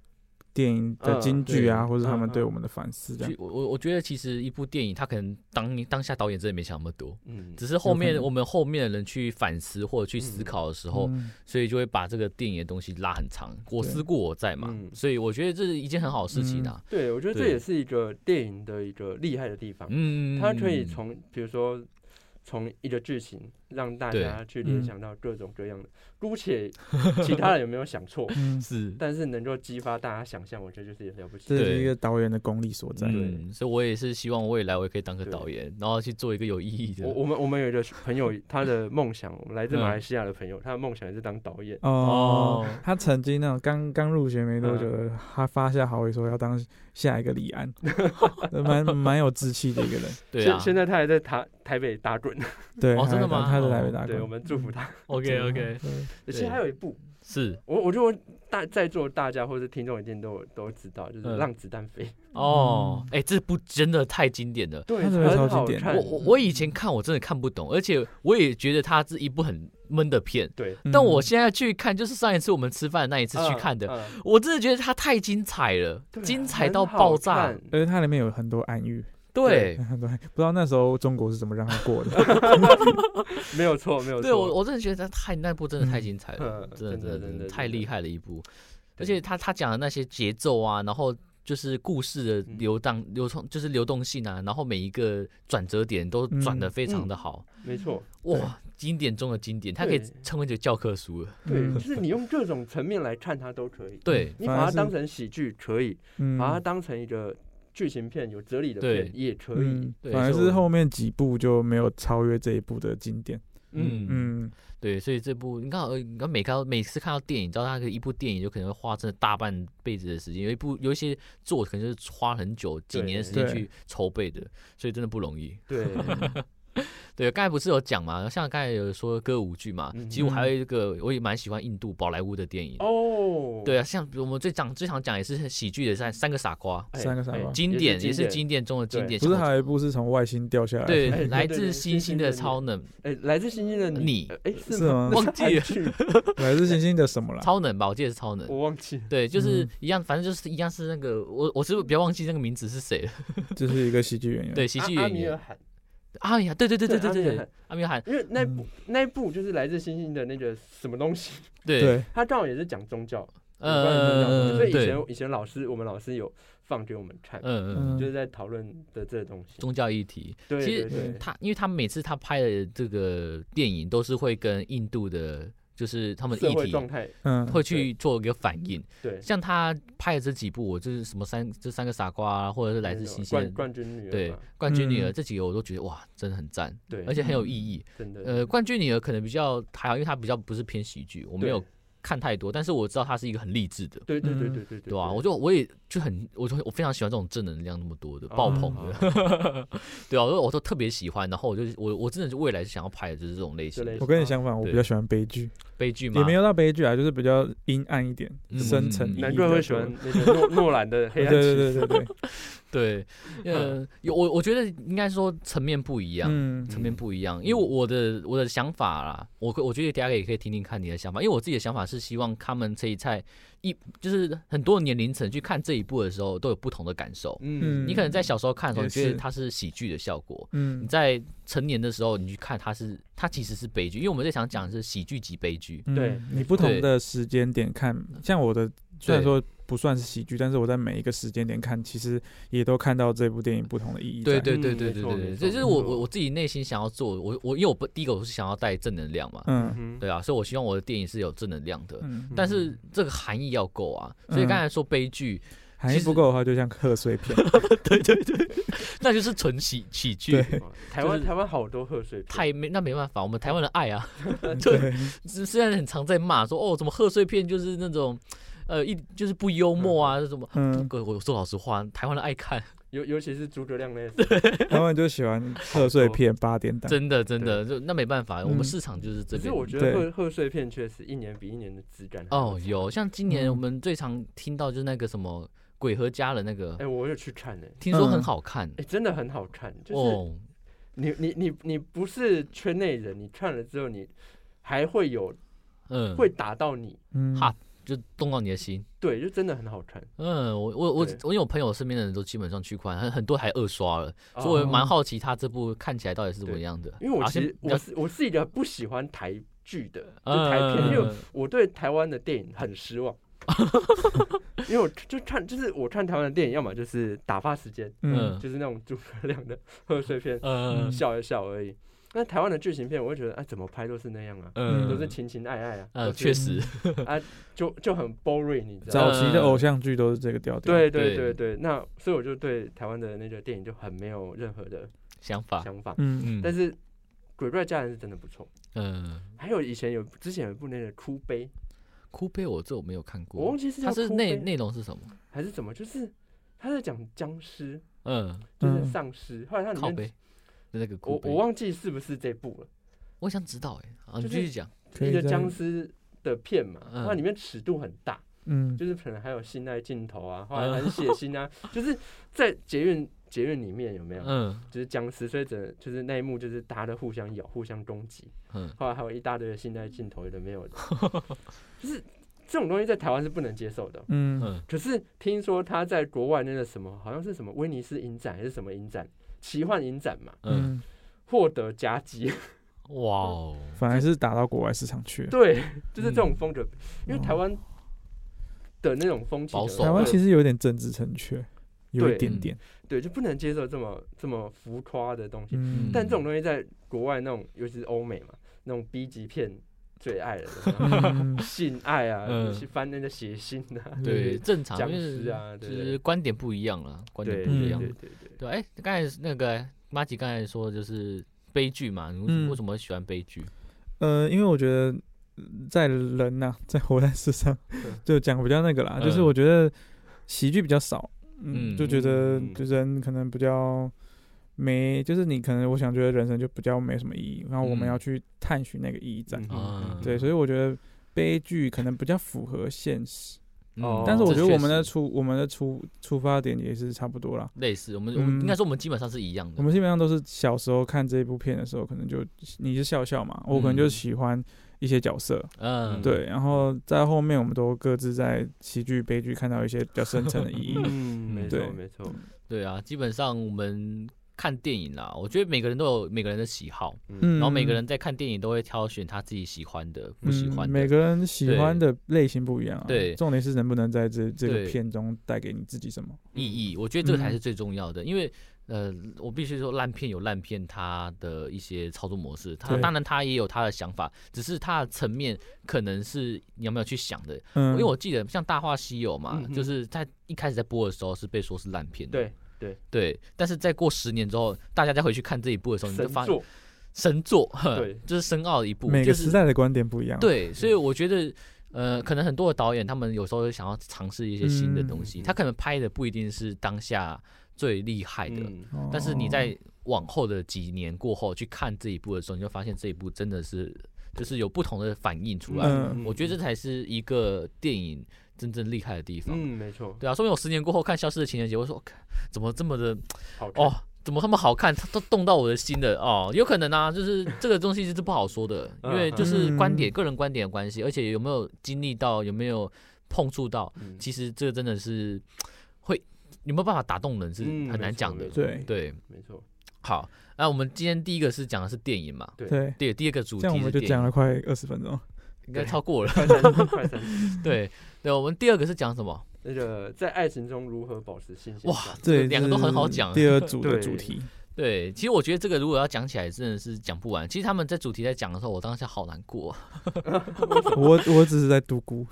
S4: 电影的
S2: 嗯
S4: 金句啊，
S1: 对
S4: 或者他
S2: 嗯
S4: 们对
S2: 嗯
S4: 我们的反思这
S1: 就
S4: 样。
S1: 我我我觉得其实一部电影，它可能当当下导演真的没想那么多，
S2: 嗯，
S1: 只是后
S4: 有可
S1: 面
S4: 能
S1: 我们后面的人去反思或者去思
S2: 嗯
S1: 考的时候，
S4: 嗯
S1: 所以就会把这个电影的东西拉很长，我
S4: 对
S1: 思故我在嘛，
S2: 嗯
S1: 所以我觉得这是一件很好的事情啊。
S2: 对，我觉得这
S1: 对
S2: 也是一个电影的一个厉害的地方，
S1: 嗯，
S2: 它可以从比如说从一个剧情让大
S1: 对
S2: 家去联
S4: 嗯
S2: 想到各种各样的，姑且其他人有没有想错，
S4: 嗯，
S1: 是
S2: 但是能够激发大家想象，我觉得就是也了不起
S4: 这
S2: 的。
S4: 是
S1: 对
S4: 一个导演的功力所在。
S1: 嗯，所以我也是希望未来我也可以当个
S2: 对
S1: 导演，然后去做一个有意义的
S2: 我。我们我们有一个朋友，他的梦想，我们来自马
S1: 嗯
S2: 来西亚的朋友，他的梦想也是当导演。
S4: 哦
S1: 哦，
S4: 他曾经那种刚刚入学没多久，
S2: 嗯
S4: 他发下豪言说要当下一个 李安，蛮蛮有志气的一个人。
S1: 对
S2: 现
S1: 啊
S2: 现在他还在台台北打滚，
S4: 对，
S1: 哦
S4: 他
S1: 真的
S4: 在打
S1: 吗
S4: 他在
S1: 哦
S4: 台北打
S2: 对，我
S4: 工。
S2: 们祝福他。
S1: ，OK OK，
S4: 对
S2: 其实还有一部，
S1: 是
S2: 我我觉得大在座大家或者听众一定都都知道，就是《
S1: 嗯
S2: 让子弹飞》，
S1: 哦
S4: 嗯，
S1: 哎，这部真的太经典了。
S2: 对，
S4: 它真的
S2: 很
S4: 超级
S2: 好
S4: 典
S2: 看
S1: 我。我我以前看我真的看不懂，而且我也觉得它是一部很闷的片，
S2: 对，
S4: 嗯
S1: 但我现在去看，就是上一次我们吃饭的那一次去
S2: 嗯
S1: 看的，，啊
S2: 嗯
S1: 我真的觉得它太精彩了，
S2: 对啊
S1: 精彩到爆炸。
S2: 很好看
S4: 而且它里面有很多暗喻，
S1: 对，
S4: 很多暗不知道那时候中国是怎么让他过的。
S2: 没有错，没有错。
S1: 对我我真的觉得太那部真的太精彩了
S2: 嗯，
S1: 真的
S2: 真
S1: 真
S2: 的
S1: 的
S2: 真
S1: 真
S2: 的
S1: 的太厉害了一部，而
S2: 对
S1: 且他他讲的那些节奏啊，然后。就是故事的
S2: 嗯
S1: 流荡、流通，就是流动性啊，然后每一个转折点都转的非常的好，
S2: 没错，
S1: 哇，经典中的经典，它可以
S2: 嗯对
S1: 称为一个教科书了。
S2: 对，
S4: 嗯
S2: 就是你用各种层面来看它都可以。
S1: 对，
S2: 你把它当成喜剧可以，
S4: 嗯，
S1: 啊
S2: 把它当成一个剧情片有哲理的
S1: 对
S2: 片也可以
S4: 嗯。，
S1: 对
S4: 反而
S1: 所以
S4: 是
S1: 我
S4: 后面几部就没有超越这一部的经典。
S2: 嗯，
S1: 嗯
S4: 嗯，
S1: 对，所以这部你看，呃你看每看到每次看到电影，你知道它可以一部电影就可能会花真的大半辈子的时间，有一部有一些做可能就是花很久几年的时间
S4: 对
S1: 去筹备的，所以真的不容易。
S2: 对，
S1: 对，刚才不是有讲嘛，像刚才有说歌舞剧嘛，
S2: 嗯
S1: 其实我还有一个我也蛮喜欢印度宝莱坞的电影。
S2: 哦，
S1: 对啊，像我们最常最常讲也是喜剧的三三个傻瓜，
S2: 哎，
S4: 三个傻瓜
S2: 哎
S1: 经典也是
S2: 经
S1: 经典中的经典。
S4: 不是
S1: 像我
S4: 还有一部是从外星掉下来？
S1: 对
S2: 哎对
S1: 来
S2: 对
S1: 自
S2: 对
S1: 星星的
S2: 星星的
S1: 超能
S2: 哎，来自星星的
S1: 你
S2: 呃哎，是
S4: 是
S2: 吗？
S4: 吗？
S1: 忘记了
S4: 来自星星的什么啦？
S1: 超能吧，我记得是超能。
S2: 我 忘记了。
S1: 对，就是
S4: 嗯
S1: 一样，反正就是一样是那个我，我是不要忘记那个名字是谁了。
S4: 就是一个喜剧演员。
S1: 对，喜剧
S2: 阿阿
S1: 演
S2: 米尔
S1: 员。
S2: 汗，
S1: 哎呀，对对对对
S2: 对
S1: 对
S2: 阿米尔
S1: 对
S2: 汗，
S1: 阿米尔汗，
S2: 因为那部
S4: 嗯
S2: 那部就是来自星星的那个什么东西，
S1: 对，
S4: 对，
S2: 它刚好也是讲宗教，
S1: 呃
S2: 所以以
S1: 对
S2: 前以前老师我们老师有放给我们看，
S1: 嗯嗯，
S2: 就是在讨论的这个东西。
S1: 宗教议题，
S2: 对
S1: 其
S2: 对
S1: 实
S2: 对，
S1: 他因为他每次他拍的这个电影都是会跟印度的，就是他们的
S2: 社
S1: 议
S2: 会状
S1: 题
S2: 态，
S4: 嗯，
S1: 会去做一个反应。
S2: 对，
S1: 像他拍的这几部，我就是什么三这三个傻瓜啊，或者是来自
S2: 那种
S1: 星星
S2: 冠
S1: 的。
S2: 冠军女儿
S1: 对
S2: 嘛，
S1: 冠军女儿
S4: 嗯
S1: 这几个我都觉得哇，真的很赞，
S2: 对，
S1: 而且很有意义。
S2: 真的，
S1: 呃，冠军女儿可能比较还好，因为她比较不是偏喜剧，我
S2: 我
S1: 没有看太多，但是我知道她是一个很励志的，
S2: 对对对
S4: 嗯
S2: 对对对，
S1: 对吧、啊我就我也就很，我就我非常喜欢这种正能量那么多的
S2: 哦
S1: 爆棚
S2: 哦
S1: 的， 对啊，我我都特别喜欢。然后我就我我真的是未来是想要拍的就是这种类型
S2: 这类
S1: 的
S4: 我跟你相反，我
S1: 啊对
S4: 比较喜欢悲剧，
S1: 悲剧嘛
S4: 也没，有到悲剧啊，就是比较阴暗一点，
S1: 嗯
S4: 深层
S1: 嗯
S4: 意义比较
S2: 难
S4: 多。
S2: 怪会喜欢那个 诺诺兰的黑
S4: 对。
S2: 暗骑
S4: 对
S2: 士，
S4: 对对对对，
S1: 对，
S2: 嗯
S1: 呃，有我我觉得应该说层面不 一样。
S4: 嗯，
S1: 层面不一样，因为我我的我的想法啦，我可我觉得大家也可以听听看你的想法，因为我自己的想法是希望他们这一菜一就是很多年龄层去看这一部的时候都有不同的感受。
S2: 嗯
S4: 嗯
S1: 你可能在小时候看的时候，
S4: 也
S1: 你觉得
S4: 是
S1: 它是喜剧的效果；你
S4: 嗯
S1: 在成年的时候，你去看它是它其实是悲剧，因为我们在想讲的是喜剧及悲剧。
S4: 嗯
S2: 对
S4: 你不同的时间点看，像我的虽然说不算是喜剧，但是我在每一个时间点看，其实也都看到这部电影不同的意义在。
S1: 对对对
S2: 嗯
S1: 对
S2: 没
S1: 对
S2: 错
S1: 对
S2: 没
S1: 对，
S2: 错
S1: 这就是
S2: 没
S1: 我
S2: 错
S1: 我我自己内心想要做，我我因为我不第一个我是想要带正能量嘛，
S4: 嗯
S2: 嗯
S1: 对啊，所以我希望我的电影是有正能量的，
S4: 嗯，
S1: 但是这个含义要够啊。所以刚才说悲剧，
S4: 含义不够的话，就像贺岁片。
S1: 嗯对对对， 那就是纯喜喜剧，
S4: 对
S2: 哇哦台湾、
S1: 就是
S2: 台湾好多贺岁片，
S1: 太没那没办法，我们台湾人爱啊， 就
S4: 对，
S1: 虽然很常在骂说哦，怎么贺岁片就是那种。呃，一就是不幽默啊，什么？
S4: 嗯，
S1: 我我说老实话，台湾人爱看，
S2: 尤尤其是诸葛亮那
S4: 他们就喜欢贺岁片八点档。
S1: 真的真的，就那没办法，
S4: 嗯
S1: 我们市场就是这
S2: 可是
S1: 边。
S2: 我觉得
S4: 对
S2: 贺贺岁片确实一年比一年的质感还
S1: 哦
S2: 不，错。
S1: 有像今年
S4: 嗯
S1: 我们最常听到就是那个什么《鬼和家人》那个
S2: 哎、，我有去看哎、哎、
S1: 听说很
S4: 嗯
S1: 好看
S2: 真的很好看，就是
S1: 哦。
S2: 你、你你你不是圈内人，你看了之后你还会有
S1: 嗯，
S2: 会打到你，
S4: 嗯，
S1: 哈就动到你的心。
S2: 对，就真的很好看。
S1: 嗯，我我我
S2: 对
S1: 我有朋友身边的人都基本上去看，很很多还二刷了，
S2: 哦
S1: 所以我蛮好奇他这部看起来到底是怎么样的。
S2: 因为我
S1: 啊
S2: 其实
S1: 先不
S2: 我
S1: 要
S2: 是我是一个不喜欢台剧的，就
S1: 嗯
S2: 台片，因为
S1: 嗯
S2: 我对台湾的电影很失 望。因为我就看，就是我看台湾的电影，要么就是打发时间，
S1: 嗯
S4: 嗯
S2: 就是那种诸葛亮的贺岁片，
S1: 嗯
S2: 笑一笑而已。那台湾的剧情片，我会觉得，哎，怎么拍都是那样啊，
S1: 嗯，
S2: 都是情情爱爱啊，
S1: 呃，
S2: 都是
S1: 确实，
S2: 就就很 boring，你知道吗？
S4: 早期的偶像剧都是这个调调。
S2: 对对
S1: 对
S2: 对对，那所以我就对台湾的那个电影就很没有任何的
S1: 想法，
S2: 想法。
S4: 嗯，
S1: 嗯，
S2: 但
S1: 是
S2: 是《鬼怪家人》是真的不错，
S1: 嗯，
S2: 还有以前有之前有一部那个《哭悲》，
S1: 哭悲我这我没有看
S2: 我忘
S1: 过，
S2: 记是叫
S1: 它是
S2: 哭
S1: 内
S2: 悲
S1: 内容是什么？
S2: 还是怎么，就是他在讲僵尸，
S1: 嗯，
S2: 就是
S4: 嗯
S2: 丧尸。后来他里
S1: 靠
S2: 面
S1: 背的那个哭
S2: 我
S1: 悲
S2: 我，忘记是不是这部了，
S1: 我想知道哎，啊，你
S2: 就是
S1: 继续讲，
S4: 可
S2: 一
S4: 以
S2: 个
S4: 再
S2: 僵尸的片嘛，
S1: 嗯
S2: 它里面尺度很大，
S4: 嗯
S2: 就是可能还有性爱镜头啊，
S1: 嗯
S2: 后来很血 腥啊，就是在捷运捷运里面有没有？
S1: 嗯
S2: 就是僵尸，所以整就是那一幕就是大家都互相咬、互相攻击，
S1: 嗯，
S2: 后来还有一大堆的性爱镜头，有的没有的，就是这种东西在台湾是不能接受的。
S4: 嗯
S1: 嗯，
S2: 可是听说他在国外那个什么，好像是什么威尼斯影展还是什么影展，奇幻影展嘛，
S1: 嗯，
S4: 嗯，
S2: 获得佳绩。
S1: 哇哦，
S4: 反而是打到国外市场去了。
S2: 对，就是这种风格，因为台湾的那种风气可
S1: 保
S2: 能会，
S1: 守
S4: 台湾其实有点政治正确，有一
S2: 对
S4: 点点。
S2: 对就不能接受这么这么浮夸的东西。
S4: 嗯，
S2: 但这种东西在国外那种，尤其是欧美嘛，那种 B 级片最爱了，
S4: 嗯
S2: 性爱啊，
S1: 嗯
S2: 去翻那个血腥啊，
S1: 对，正常，
S2: 僵
S1: 因
S2: 尸
S1: 为
S2: 啊，
S1: 就
S2: 对
S1: 是
S2: 对
S1: 观点不一样了，观点
S2: 对
S1: 不一
S2: 对
S1: 样
S2: 对。
S1: 对，哎，刚才那个马吉刚才说的就是悲剧嘛，你为
S4: 嗯
S1: 为什么会喜欢悲剧？
S4: 呃，因为我觉得呃在人呐、在活在世上
S2: 对，
S4: 就讲比较那个啦，就是
S1: 嗯
S4: 我觉得喜剧比较少，嗯，
S1: 嗯
S4: 就觉得
S2: 嗯嗯
S4: 就人可能比较没，就是你可能我想觉得人生就比较没什么意义，然后我们
S1: 嗯
S4: 要去探寻那个意义在，
S2: 嗯
S1: 啊
S4: 对，所以我觉得悲剧可能比较符合现实，
S2: 哦
S4: 但是我
S1: 嗯这
S4: 觉得
S1: 确
S4: 我们的
S1: 实
S4: 出我们的出出发点也是差不多啦。
S1: 类似，我们我们
S4: 嗯
S1: 应该说我们基本上是一样的。
S4: 我们基本上都是小时候看这部片的时候，可能就你是笑笑嘛，我可能就
S1: 嗯
S4: 喜欢一些角色，
S1: 嗯，
S4: 对，然后在后面我们都各自在喜剧、悲剧看到一些比较深层的意义。
S2: 嗯，没
S4: 对
S2: 错没错，
S1: 对啊，基本上我们看电影啦，我觉得每个人都有每个人的喜好，
S4: 嗯，
S1: 然后每个人在看电影都会挑选他自己喜欢的、 不喜欢
S4: 嗯，
S1: 的。
S4: 每个人喜欢的类型不一样、啊。
S1: 对
S4: 重点是能不能在这这个
S1: 对
S4: 片中带给你自己什么？
S1: 意义，我觉得这个才
S4: 嗯
S1: 是最重要的，因为呃，我必须说烂片有烂片它的一些操作模式，它
S4: 对
S1: 当然它也有它的想法，只是它的层面可能是你有没有去想的，
S4: 嗯，
S1: 因为我记得像《大话西游》嘛
S2: 嗯，哼
S1: 就是在一开始在播的时候是被说是烂片的，
S2: 对，
S1: 对，但是再过十年之后，大家再回去看这一部的时候，你就
S2: 神
S1: 发
S2: 作，
S1: 神作，呵
S2: 对
S1: 就是深奥的一部，
S4: 每
S1: 就
S4: 个
S1: 是
S4: 时代的观点不
S2: 啊
S4: 一样。，啊
S1: 对，所以我觉得，呃，可能很多的导演他们有时候想要尝试一些新的东西，
S2: 嗯
S1: 他可能拍的不一定是当下最厉害的，
S2: 嗯
S4: 哦
S1: 但是你在往后的几年过后去看这一部的时候，你就发现这一部真的是就是有不同的反应出来。
S4: 嗯
S1: 我觉得这才是一个电影真正厉害的地方。
S2: 嗯，没错，
S1: 对啊，说明我十年过后看《消失的情人节》，我说，哦看怎么这么的
S2: 好看
S1: 哦，，怎么那么好看？它都动到我的心了哦，有可能啊， 就是这个东西是不好说的，因
S2: 嗯
S1: 为就是
S4: 嗯
S1: 观点、个人观点的关系，而且有没有经历到，有没有碰触到，
S2: 嗯
S1: 其实这个真的是会有没有办法打动人是
S2: 嗯
S1: 很
S2: 没
S1: 难
S2: 错
S1: 讲的
S2: 没。错
S4: 对
S1: 对，
S2: 没错，
S1: 好，那我们今天第一个是讲的是电影嘛，
S2: 对
S4: 对，
S1: 对，第二个主
S4: 这样我
S1: 题是
S4: 们就
S1: 电
S4: 讲
S1: 影，
S4: 了快二十分钟。
S1: 应该超过了。
S2: 快三十，快三十，
S1: 对对，我们第二个是讲什么？
S2: 那个在爱情中如何保持新鲜
S1: 哇
S2: 感？
S1: 这
S4: 对，
S1: 两个都很好讲啊
S4: 第二组的
S2: 对
S4: 主题，
S1: 对，其实我觉得这个如果要讲起来，真的是讲不完。其实他们在主题在讲的时候，我当下好难过。啊
S4: 我我只是在独孤，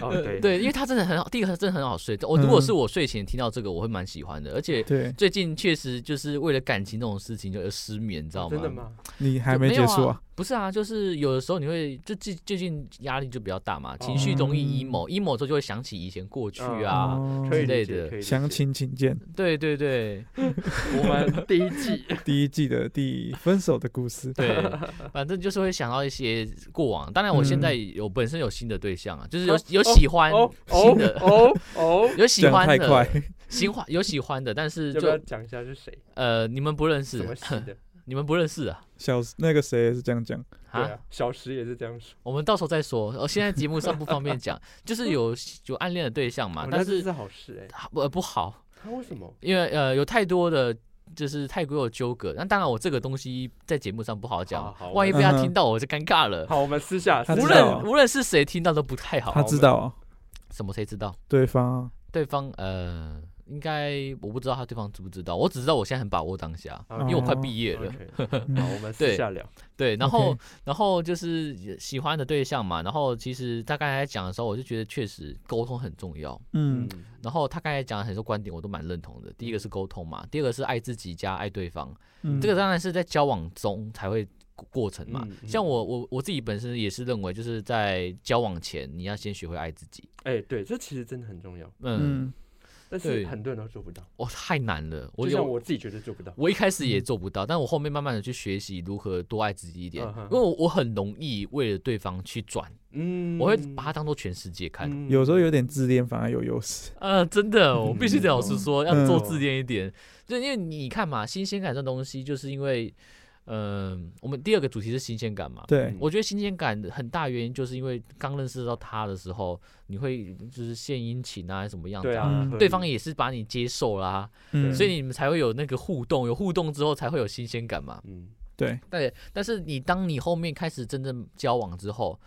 S2: 哦，对
S1: 对，因为它真的很好，第一个它真的很好睡。我、
S2: 嗯
S1: 如果是我睡前听到这个，我会蛮喜欢的。而且
S4: 对
S1: 最近确实就是为了感情这种事情就而失眠，你知道吗？
S2: 哦真的吗？
S4: 你还
S1: 就
S4: 没
S1: 没
S4: 结
S1: 有
S4: 束
S1: 啊？不是啊，就是有的时候你会就最最近压力就比较大嘛，情绪
S4: 哦
S1: 容易
S4: 嗯
S1: emo，emo 之后就会想起以前过去
S2: 嗯
S1: 啊，
S4: 哦
S2: 可以
S1: 之类
S2: 理解
S1: 的
S2: 可以理解
S4: 详情请见
S1: 对对对
S2: 我们第一 季
S4: 第一季的第分手的故事。
S1: 对， 反正就是会想到一些过往。当然，我现在有本身有新的对象啊，就是有
S2: 嗯哦
S1: 有喜欢
S2: 哦
S1: 新
S2: 哦
S1: 的，
S2: 哦哦，
S1: 有喜
S4: 讲
S1: 欢
S4: 太快
S1: 的，，喜欢有喜欢的，但是
S2: 要不 要
S1: 就
S2: 讲一下是谁？
S1: 呃，你们不认
S2: 什么
S1: 识，
S2: 系的？
S1: 你们不认识啊
S4: 小那个谁也是这样讲，
S1: 啊。
S2: 对啊，小石也是这样说。
S1: 我们到时候再说。哦，现在节目上不方便讲，就是有有暗恋的对象嘛
S2: 哦，
S1: 啊但
S2: 那这
S1: 是
S2: 是好事哎，
S1: 啊不呃不好，
S2: 他为 什么？
S1: 因为呃有太多的就是太多的纠葛。那当然，我这个东西在节目上不好讲
S2: 好好，
S1: 万一被他
S4: 嗯哼
S1: 听到，我就尴尬了。
S2: 好，我们私下
S4: 他
S2: 私
S1: 无
S4: 知道
S2: 下
S4: 啊
S1: 论无论是谁听到都不太
S4: 他
S1: 好。
S4: 知道啊
S1: 什么谁知道？
S4: 对方啊
S1: 对方呃，应该我不知道他对方知不知道，我只知道我现在很把握当下，
S2: 好
S1: 因为我快
S4: 哦
S1: 毕业了。
S2: OK，好，我们私
S1: 对
S2: 下聊。
S1: 对，然后
S4: OK
S1: 然后就是喜欢的对象嘛，然后其实他刚才在讲的时候，我就觉得确实沟通很重要。
S4: 嗯，
S1: 然后他刚才讲的很多观点，我都蛮认同的。第一个是沟通嘛，第二个是爱自己加爱对方，
S4: 嗯
S1: 这个当然是在交往中才会过过程嘛。
S2: 嗯嗯
S1: 像我我我自己本身也是认为，就是在交往前你要先学会爱自己。
S2: 哎，对，这其实真的很重要，
S1: 嗯，
S4: 嗯
S2: 但
S1: 对
S2: 是很多人都做不到。
S1: 我、太难了，我
S2: 就像
S1: 有
S2: 我自己觉得做不到。
S1: 我一开始也做不到，但我后面慢慢的去学习如何多爱自己一点，
S2: 嗯哼
S1: 因为我我很容易为了对方去转，
S2: 嗯，
S1: 我会把它当做全世界看。
S2: 嗯
S4: 有时候有点自恋反而有优势，
S1: 呃，真的，我必须得老实说，要做
S2: 嗯
S1: 自恋一点，就因为你看嘛，新鲜感这东西，就是因为，嗯、我们第二个主题是新鲜感嘛。
S4: 对，
S1: 我觉得新鲜感很大原因就是因为刚认识到他的时候，你会就是献殷勤啊，还是怎么样
S2: 对
S1: 的、
S2: 啊
S4: 嗯，
S2: 合
S1: 对
S2: 理
S1: 方也是把你接受啦、
S4: 嗯，
S1: 所以你们才会有那个互动，有互动之后才会有新鲜感嘛。
S2: 嗯
S4: 对，
S1: 对，但是你当你后面开始真正交往之后，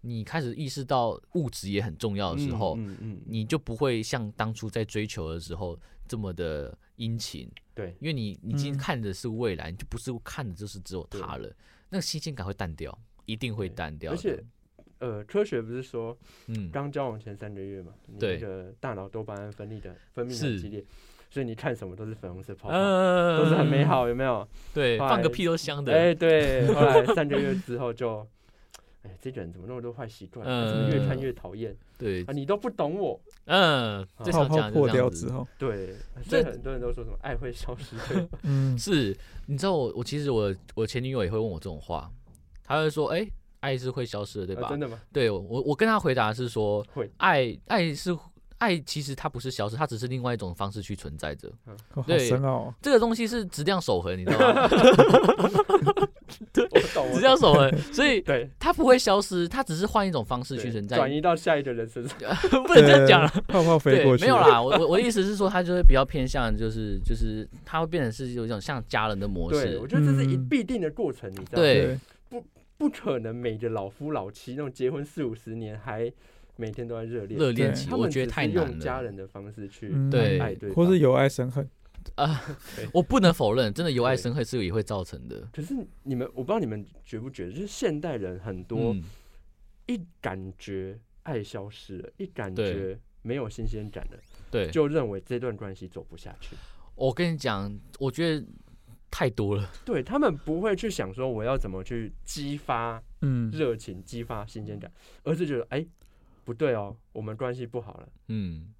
S1: 你开始意识到物质也很重要的时候，
S2: 嗯嗯，嗯
S1: 你就不会像当初在追求的时候这么的殷勤，
S2: 对
S1: 因为你你今
S4: 嗯
S1: 天看的是未来，你就不是看的就是只有他了，那个新鲜感会淡掉，一定会
S2: 对
S1: 淡掉
S2: 而
S1: 的。
S2: 且呃，科学不是说
S1: 嗯，
S2: 刚交往前三个月嘛，你
S1: 对
S2: 那个大脑多巴胺分泌的分泌
S1: 是
S2: 很激烈，所以你看什么都是粉红色泡泡，
S1: 呃
S2: 都是很美，好，有没有？
S1: 对，
S2: 后
S1: 放个
S2: 来
S1: 屁都香的，
S2: 哎，对，后来三个月之后就。哎，这个人怎么那么多坏习惯？
S1: 嗯
S2: 怎么越看越讨厌
S1: 对
S2: 啊！，你都不懂我。
S1: 嗯，
S2: 好
S1: 最
S4: 泡
S1: 常
S4: 泡
S1: 讲
S4: 破
S1: 的这
S4: 掉
S1: 样
S4: 之
S1: 子。
S4: 后，
S2: 对，所
S1: 这
S2: 以很多人都说什么爱会消失，对吧
S4: 嗯，
S1: 是，你知道我我其实我我前女友也会问我这种话，她会说，哎、爱是会消失 的，对吧？
S2: 啊 真的吗？
S1: 对我我跟他回答是说
S2: 会，
S1: 爱爱是爱，其实它不是消失，它只是另外一种方式去存在着。
S4: 哦好
S1: 对
S4: 深奥哦，
S1: 这个东西是质量守恒，你知道 吗？
S2: 我懂，我
S1: 质
S2: 懂
S1: 量守恒，所以
S2: 对，
S1: 它不会消失，它只是换一种方式
S2: 对
S1: 去存在。
S2: 转移到下一个人身上。
S1: 不能这样讲了。
S4: 对，泡泡飞
S1: 对
S4: 过，去，
S1: 没有，啦，我我我的意思是说，它就会比较偏向，就是就是，它会变成是有一种像家人的模
S2: 对，
S1: 式
S2: 我。觉得这是一
S4: 嗯
S2: 必定的过程，你知道吗？
S1: 对
S4: 对，
S2: 不可能每个老夫老妻那种结婚四五十年还每天都在热恋，
S1: 热
S4: 对
S1: 恋期，
S2: 他
S1: 我
S2: 们
S1: 觉
S2: 只
S1: 得太
S2: 是
S1: 难
S2: 用
S1: 了。
S2: 家人的方式去
S4: 嗯
S1: 对
S2: 爱对方，
S4: 或是有爱生恨，
S1: 我不能否认，真的由爱
S2: 对
S1: 生恨是也会造成的。
S2: 可是你们，我不知道你们觉不觉得，就是现代人很多、
S1: 嗯，
S2: 一感觉爱消失了，一感
S1: 对
S2: 觉没有新鲜感了，
S1: 对，
S2: 就认为这段关系走不下去。
S1: 我跟你讲，我觉得太多了。
S2: 对他们不会去想说我要怎么去激发
S4: 嗯，
S2: 热情、激发新鲜感，而是觉得哎、不对哦，我们关系不好了。
S1: 嗯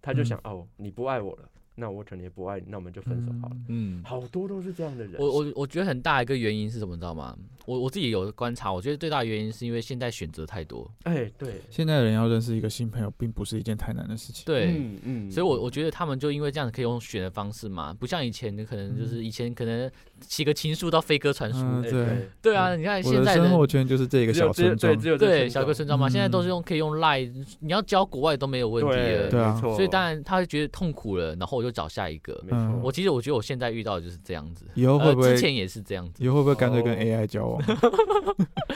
S2: 他就
S4: 嗯
S2: 想、哦，你不爱我了，那我可能也不爱你，那我们就分手好了。
S4: 嗯，
S1: 嗯，
S2: 好多都是这样的人。
S1: 我我我觉得很大一个原因是什么，你知道吗？我我自己有观察，我觉得最大的原因是因为现在选择太多，
S2: 哎、对
S4: 现在人要认识一个新朋友，并不是一件太难的事情，
S1: 对，
S2: 嗯嗯
S1: 所以我我觉得他们就因为这样可以用选的方式嘛，不像以前可能就是以前可能写个情书到飞鸽传书，
S4: 嗯
S2: 哎
S4: 对
S2: 对
S1: 对啊，你看
S4: 我
S1: 现
S4: 的
S1: 在
S4: 生
S1: 的
S4: 活圈就是这个
S2: 只有
S4: 小
S2: 只有
S4: 村
S2: 对
S4: 庄，
S2: 只有这
S1: 对
S2: 村
S1: 小
S2: 庄
S1: 哥村庄嘛，
S4: 嗯
S1: 现在都是用可以用赖，你要教国外都没有问题
S2: 对
S1: 了
S4: 对。啊
S2: 没错
S1: 所以当然他会觉得痛苦了，然后我就找下一个。
S2: 没错
S4: 嗯，
S1: 我其实我觉得我现在遇到的就是这样子，
S4: 以后会不
S1: 呃、
S4: 会
S1: 之前也是这样子。
S4: 以后会不会干脆跟
S2: 哦
S4: AI 交往？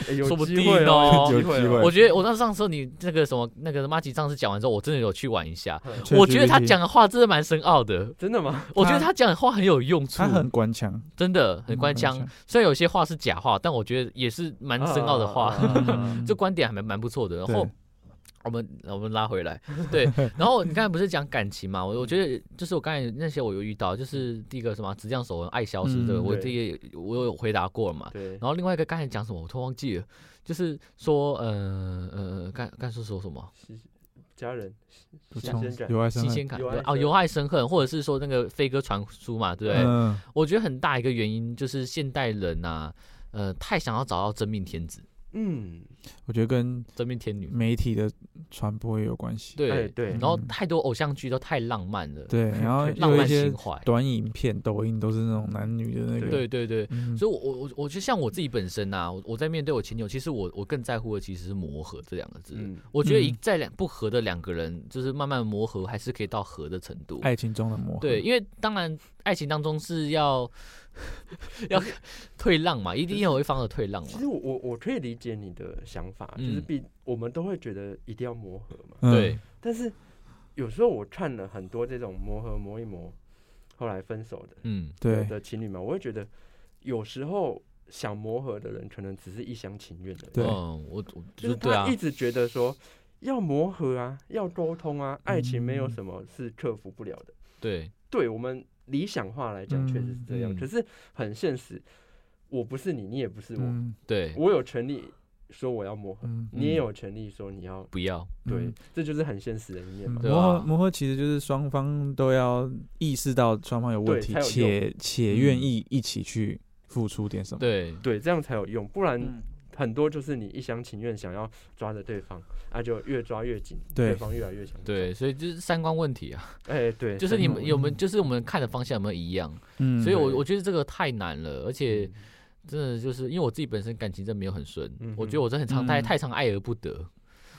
S2: 哎有
S1: 说不
S2: 机
S1: 定
S2: 会
S1: 哦
S2: 有
S4: 有
S2: 机会
S4: 机会
S1: 我觉得我那上次你那个什么那个妈吉上次讲完之后，我真的有去玩一下。
S2: 得
S1: 我觉得他
S4: ChatGPT
S1: 讲的话真的蛮深奥的，
S2: 真的吗？
S1: 我觉得他讲的话很有用处
S4: 他，很官腔，
S1: 真的很官腔。虽然有些话是假话，但我觉得也是蛮深奥的话。
S2: 啊啊啊啊啊
S1: 这观点还蛮蛮不错的。然
S4: 对
S1: 后我们我们拉回来，对。然后你刚才不是讲感情嘛？我我觉得就是我刚才那些我有遇到，就是第一个什么直将手纹爱消失，
S4: 嗯
S1: 对我
S2: 对
S1: 这也我有回答过了嘛。
S2: 对，
S1: 然后另外一个刚才讲什么我突然忘记了，就是说呃呃，刚刚说说什么
S2: 家人
S4: 不
S2: 新鲜感
S4: 有爱生
S1: 新
S4: 恨
S1: 鲜感
S2: 有爱
S1: 对
S2: 生
S1: 啊，由爱生恨，或者是说那个飞鸽传书嘛，对不对？
S4: 嗯，
S1: 我觉得很大一个原因就是现代人呐、呃，太想要找到真命天子、
S2: 嗯，
S4: 我觉得跟
S1: 真命天女，
S4: 媒体的传播也有关系。
S1: 对、
S2: 哎对
S1: 然后
S4: 嗯
S1: 太多偶像剧都太浪漫了，
S4: 对，然后
S1: 浪
S4: 又有
S1: 漫
S4: 一
S1: 情
S4: 些
S1: 怀。
S4: 短影片、抖音都是那种男女的那个，
S1: 对对对，
S4: 嗯，
S1: 所以我，我我我就像我自己本身呐、我我在面对我前女友，其实我我更在乎的其实是磨合这两个字。
S2: 嗯
S1: 我觉得一
S4: 嗯
S1: 在两不合的两个人，就是慢慢磨合，还是可以到合的程度。
S4: 爱情中的磨合，
S1: 对，因为当然爱情当中是要 要 退让嘛，一定有一方的退让
S2: 其
S1: 嘛。
S2: 实我我我可以理解你的想法，就是
S1: 嗯
S2: 必我们都会觉得一定要磨合嘛，
S4: 嗯
S1: 对，
S2: 但是有时候我看了很多这种磨合磨一磨，后来分手的
S1: 嗯，
S4: 对，
S2: 的情侣们，我会觉得有时候想磨合的人，可能只是一厢情愿的人，
S4: 对
S1: 嗯，我我
S2: 就是
S1: 对啊
S2: 他一，直觉得说要磨合啊，要沟通
S1: 嗯
S2: 啊，爱情没有什么是克服不了的。
S1: 对，
S2: 对我们理想化来讲，
S4: 嗯
S2: 确实是这样，
S1: 嗯
S2: 可是很现实，我不是你，你也不是我，
S4: 嗯
S1: 对，
S2: 我有权利说我要磨合，
S4: 嗯，
S2: 你也有权利说你要。
S1: 不要，
S2: 对，
S4: 嗯
S2: 这就是很现实的一面嘛。
S1: 对
S4: 磨合
S1: 啊
S4: 磨合其实就是双方都要意识到双方有问
S2: 对
S4: 题
S2: 才，有
S4: 且且愿意一起去付出点什
S1: 嗯
S4: 么。
S1: 对，
S2: 对，这样才有用，不然
S4: 嗯，
S2: 很多就是你一厢情愿想要抓着对方，啊，就越抓越紧，
S4: 对
S2: 对方越来越想抓。
S1: 对，所以就是三观问题啊，
S2: 哎，对，
S1: 就是你们
S4: 嗯
S1: 有没有，就是我们看的方向有没有一样？
S4: 嗯，
S1: 所以我
S2: 对
S1: 我觉得这个太难了，而且。
S2: 嗯
S1: 真的就是因为我自己本身感情真的没有很顺，
S2: 嗯哼哦
S1: 我觉得我真的很常太、
S4: 嗯
S1: 太常爱而不得，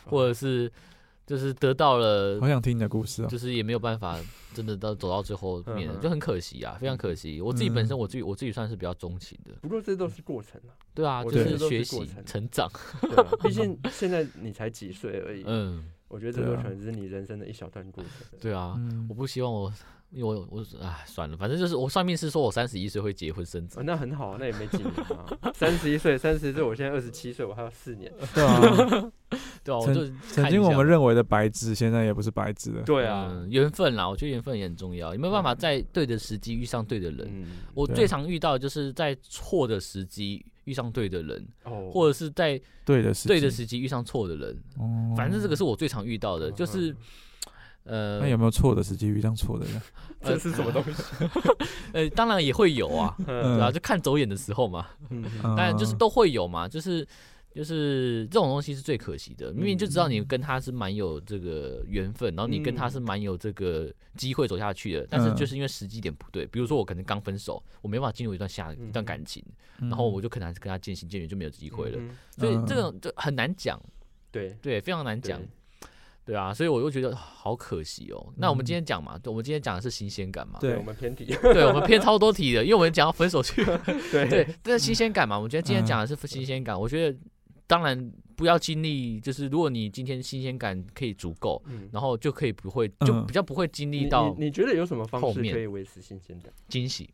S1: 或者是就是得到了
S4: 好，想听你的故事哦。
S1: 就是也没有办法真的到走到最后面
S2: 嗯，哼嗯
S1: 就很可惜啊，非常可惜。我自己本身我自己我自己算是比较钟情的，
S2: 不过这都是过程 啊，
S1: 对啊，就
S2: 我
S1: 是
S2: 觉得
S1: 学习
S2: 这都是过程
S1: 成长，
S2: 对啊毕竟现在你才几岁而已，
S1: 嗯，
S2: 我觉得这都
S4: 对啊
S2: 可能是你人生的一小段过程。
S1: 对啊，
S4: 嗯
S1: 我不希望我。因为我我哎算了，反正就是我算命是说我三十一岁会结婚生子
S2: 哦，，那很好啊，那也没几年啊，三十一岁，三十岁，我现在二十七岁，我还有四年。
S4: 对啊，
S1: 对啊，我
S4: 曾
S1: 就
S4: 曾
S1: 看一
S4: 经我
S1: 下
S4: 们认为的白纸，现在也不是白纸了。
S2: 对啊，
S1: 嗯缘、分啦，我觉得缘分也很重要，有没有办法在对的时机遇上对的人？
S2: 嗯，
S1: 我
S4: 对啊
S1: 最常遇到的就是在错的时机遇上对的人，
S2: 哦，
S1: 或者是在
S4: 对的事情，
S1: 对的时机遇上错的人。
S4: 哦
S1: 反正这个是我最常遇到
S2: 嗯
S1: 的，就是呃
S4: 那有没有错的时机遇上错的人？
S2: 这是什么东西？
S1: 呃，当然也会有啊，
S2: 嗯
S1: 对啊，
S4: 嗯
S1: 就看走眼的时候嘛，
S2: 嗯
S1: 当
S4: 当
S1: 然就是都会有嘛，就是。就是这种东西是最可惜的，明明就知道
S2: 嗯
S1: 你跟他是蛮有这个缘分，然后你跟他是蛮有这个机会走下去的，但是
S2: 嗯
S1: 就是因为时机点不对，比如说我可能刚分手，我没办法进入一段下一段感情，然后我就
S4: 就
S1: 可能还是跟他渐行渐远，就没有机会了。
S2: 嗯
S1: 所以这
S4: 嗯
S1: 种就很难讲，
S2: 对
S1: 对，非常难讲，对啊，所以我就觉得好可惜哦。那我们今天讲嘛，对我们今天讲的是新鲜感嘛，
S2: 嗯对，我
S4: 对
S2: 们偏题，
S1: 对，我们偏超多题的，因为我们讲到分手去， 对
S2: 对，，
S1: 这是新鲜感嘛，我们觉得今
S4: 嗯
S1: 天讲的是新鲜感，我觉得当然不要经历，就是如果你今天新鲜感可以足够，
S2: 嗯
S1: 然后就可以不会，就
S4: 嗯
S1: 比较不会经
S2: 你
S1: 历到
S2: 你你觉得有什么方
S1: 后
S2: 式
S1: 面
S2: 可以维持新鲜感？
S1: 惊喜。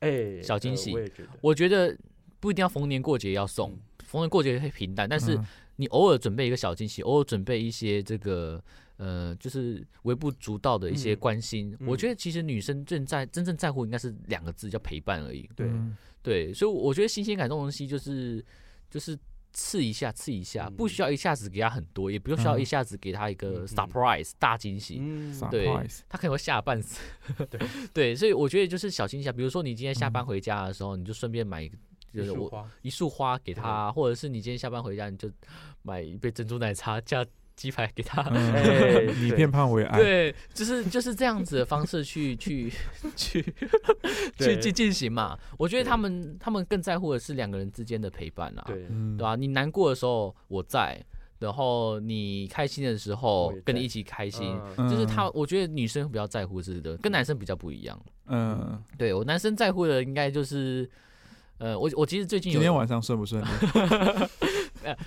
S2: 哎，
S1: 小惊
S2: 呃
S1: 喜
S2: 我也觉得。
S1: 我觉得不一定要逢年过节要送
S2: 嗯，
S1: 逢年过节会平淡，但是
S4: 嗯
S1: 你偶尔准备一个小惊喜，偶尔准备一些这个呃，就是微不足道的一些
S2: 嗯
S1: 关心。
S2: 嗯
S1: 我觉得其实女生正在真正在乎应该是两个字，叫陪伴而已。
S2: 对
S4: 嗯
S1: 对，所以我觉得新鲜感这种东西就是就是。刺一下，刺一下，不需要一下子给她很多，也不需要
S4: 嗯
S1: 一下子给她一个
S2: 嗯
S1: surprise、大惊喜。
S2: 嗯，
S1: 对
S4: surprise，
S1: 他可能会吓半死。
S2: 对 嗯
S1: 对，所以我觉得就是小心一下，比如说你今天下班回家的时候，你就顺便买一个。就
S2: 一
S1: 是
S2: 束
S1: 我
S2: 花，嗯
S1: 一束花给他，或者是你今天下班回家你就买一杯珍珠奶茶加鸡排给他，
S2: 哎
S4: 嗯，你变胖我也爱，
S1: 对，就是就是这样子的方式去去去 去
S2: 对
S1: 去进行嘛。我觉得
S2: 对
S1: 他们他们更在乎的是两个人之间的陪伴啊，
S2: 对，
S4: 嗯
S1: 对吧、你难过的时候我在，然后你开心的时候
S2: 我也在
S1: 跟你一起开心，
S2: 嗯
S4: 嗯
S1: 就是他，我觉得女生比较在乎这个，跟男生比较不一样。
S4: 嗯，
S1: 对我男生在乎的应该就是，呃，我我其实最近
S4: 今天
S1: 有，
S4: 晚上顺不 顺利？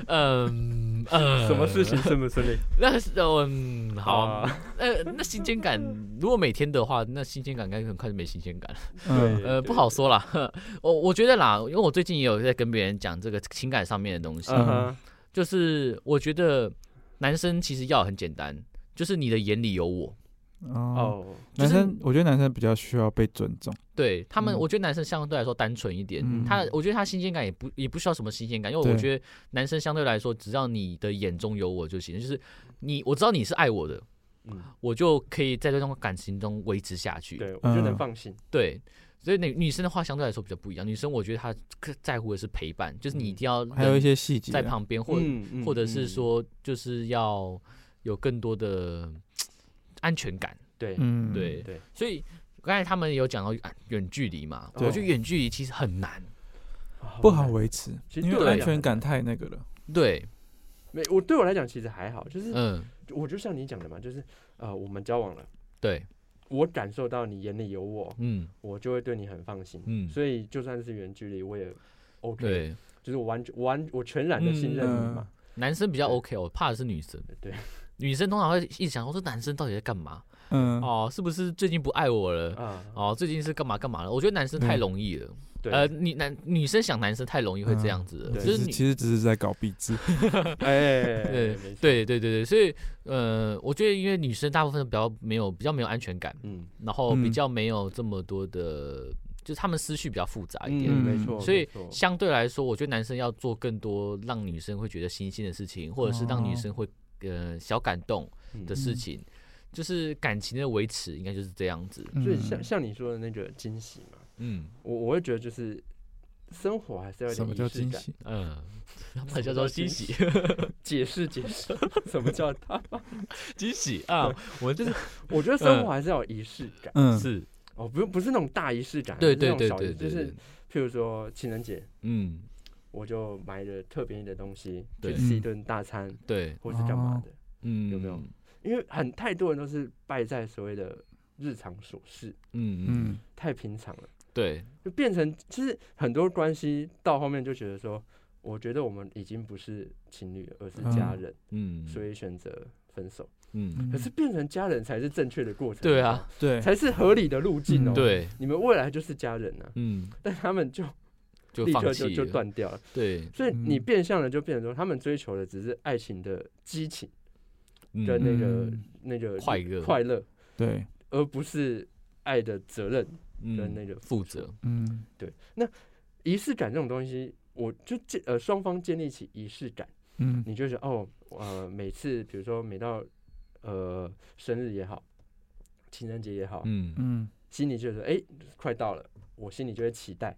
S1: 嗯呃，
S2: 什么事情顺不顺利？
S1: 那是嗯 好，
S2: 啊
S1: 呃，那新鲜感如果每天的话，那新鲜感应该很快就没新鲜感了。
S4: 嗯
S2: 对
S1: 呃，不好说啦， 呵我我觉得啦，因为我最近也有在跟别人讲这个情感上面的东西，
S2: 嗯哼，
S1: 就是我觉得男生其实要很简单，就是你的眼里有我。
S4: 哦，
S2: 哦，
S1: 就
S4: 男
S1: 是
S4: 生我觉得男生比较需要被尊重，
S1: 对他们，
S4: 嗯
S1: 我觉得男生相对来说单纯一点，
S4: 嗯
S1: 他我觉得他新鲜感也不也不需要什么新鲜感，因为
S4: 对
S1: 我觉得男生相对来说，只要你的眼中有我就行，就是你我知道你是爱我的，
S2: 嗯，
S1: 我就可以在这段感情中维持下去。
S2: 对，我就能
S4: 嗯
S2: 放心。
S1: 对，所以女女生的话相对来说比较不一样，女生我觉得她更在乎的是陪伴，就是你一定要
S4: 嗯还有一
S1: 人
S4: 些细节啊，
S1: 在旁边，或、
S2: 嗯嗯
S1: 或者是
S2: 嗯
S1: 说就是要有更多的安全感。
S2: 对
S4: 嗯，
S1: 对
S2: 对，
S1: 所以刚才他们有讲到啊远距离嘛，我
S2: 对
S1: 觉得远距离其实很难。
S4: 不好维持，
S2: 其实
S4: 因
S2: 哦对我
S4: 为
S2: 来
S4: 安
S2: 讲
S4: 全感太那个了。
S1: 对，
S2: 没我对我来讲其实还好，就是
S1: 嗯，
S2: 我就像你讲的嘛，就是呃，我们交往了，
S1: 对，
S2: 我感受到你眼里有我，
S1: 嗯
S2: 我就会对你很放心。
S1: 嗯，
S2: 所以就算是远距离，我也 OK，
S1: 对，
S2: 就是我完我完我全然的信任你嘛。
S1: 男生比较
S2: 对
S1: OK，我怕的是女生。
S2: 对，
S1: 女生通常会一直想，我说男生到底在干嘛？
S4: 嗯，
S1: 哦，是不是最近不爱我了？
S2: 啊，
S1: 哦，最近是干嘛干嘛了？我觉得男生太容易了，
S2: 嗯对，
S1: 呃，女男女生想男生太容易会这样子了，
S2: 嗯对
S1: 就是
S4: 其实
S1: 你
S4: 其实只是在搞壁纸，
S2: 哎，
S1: 对
S2: 没错，
S1: 对对对对，所以呃，我觉得因为女生大部分比较没有比较没有安全感，
S2: 嗯，
S1: 然后比
S4: 嗯
S1: 较没有这么多的，就是他们思绪比较复杂一点，
S2: 嗯没错，
S1: 哎所以
S2: 没错
S1: 相对来说，我觉得男生要做更多让女生会觉得新鲜的事情，或者是让女生会呃小感动
S2: 嗯
S1: 的事情，就是感情的维持应该就是这样子。
S2: 所以
S4: 嗯
S2: 像像你说的那个惊喜嘛，
S1: 嗯
S2: 我我会觉得就是生活还是要有
S4: 什么
S2: 点
S4: 叫
S2: 仪式
S4: 惊
S2: 感。
S4: 喜？
S1: 嗯，那叫做惊喜
S2: 解释解释，什么叫他？
S1: 惊喜啊！我们就是
S2: 我觉得生活还是要有仪式感
S4: 嗯，
S1: 是，
S2: 哦，不用不是那种大仪式感，
S1: 对
S2: 还是
S1: 对
S2: 那种
S1: 对
S2: 小
S1: 对
S2: 仪式就
S1: 对
S2: 是
S1: 对，
S2: 譬如说情人节，
S1: 嗯，
S2: 我就买了特别的东西，
S1: 对
S2: 去吃一顿大餐，
S1: 对，
S2: 或是干嘛的。
S1: 嗯，
S2: 有没有？因为很太多人都是败在所谓的日常琐事，
S1: 嗯嗯，
S4: 嗯，
S2: 太平常了，
S1: 对，
S2: 就变成其实很多关系到后面就觉得说，我觉得我们已经不是情侣了，而是家人，
S1: 嗯，
S2: 所以选择分手。
S1: 嗯，
S2: 可是变成家人才是正确的过程，
S1: 对啊，
S4: 对，
S2: 才是合理的路径哦、
S4: 嗯，
S1: 对，
S2: 你们未来就是家人啊，
S1: 嗯，
S2: 但他们就
S1: 就
S2: 立刻
S1: 放
S2: 就
S1: 弃
S2: 就
S1: 了，
S2: 断掉了。
S1: 对，
S2: 所以你
S4: 嗯
S2: 变相的就变成说，他们追求的只是爱情的激情跟
S1: 嗯，
S2: 那个、
S4: 嗯
S2: 那个
S1: 快乐
S2: 快乐，
S4: 对，
S2: 而不是爱的责任跟那
S1: 嗯，
S2: 个
S1: 负
S2: 出
S1: 责，
S4: 嗯
S2: 对，那仪式感这种东西，我就建呃双方建立起仪式感，
S4: 嗯
S2: 你就觉得哦，呃，每次比如说每到呃生日也好，情人节也好，
S1: 嗯，
S4: 嗯，
S2: 心里就觉得哎、快到了，我心里就会期待，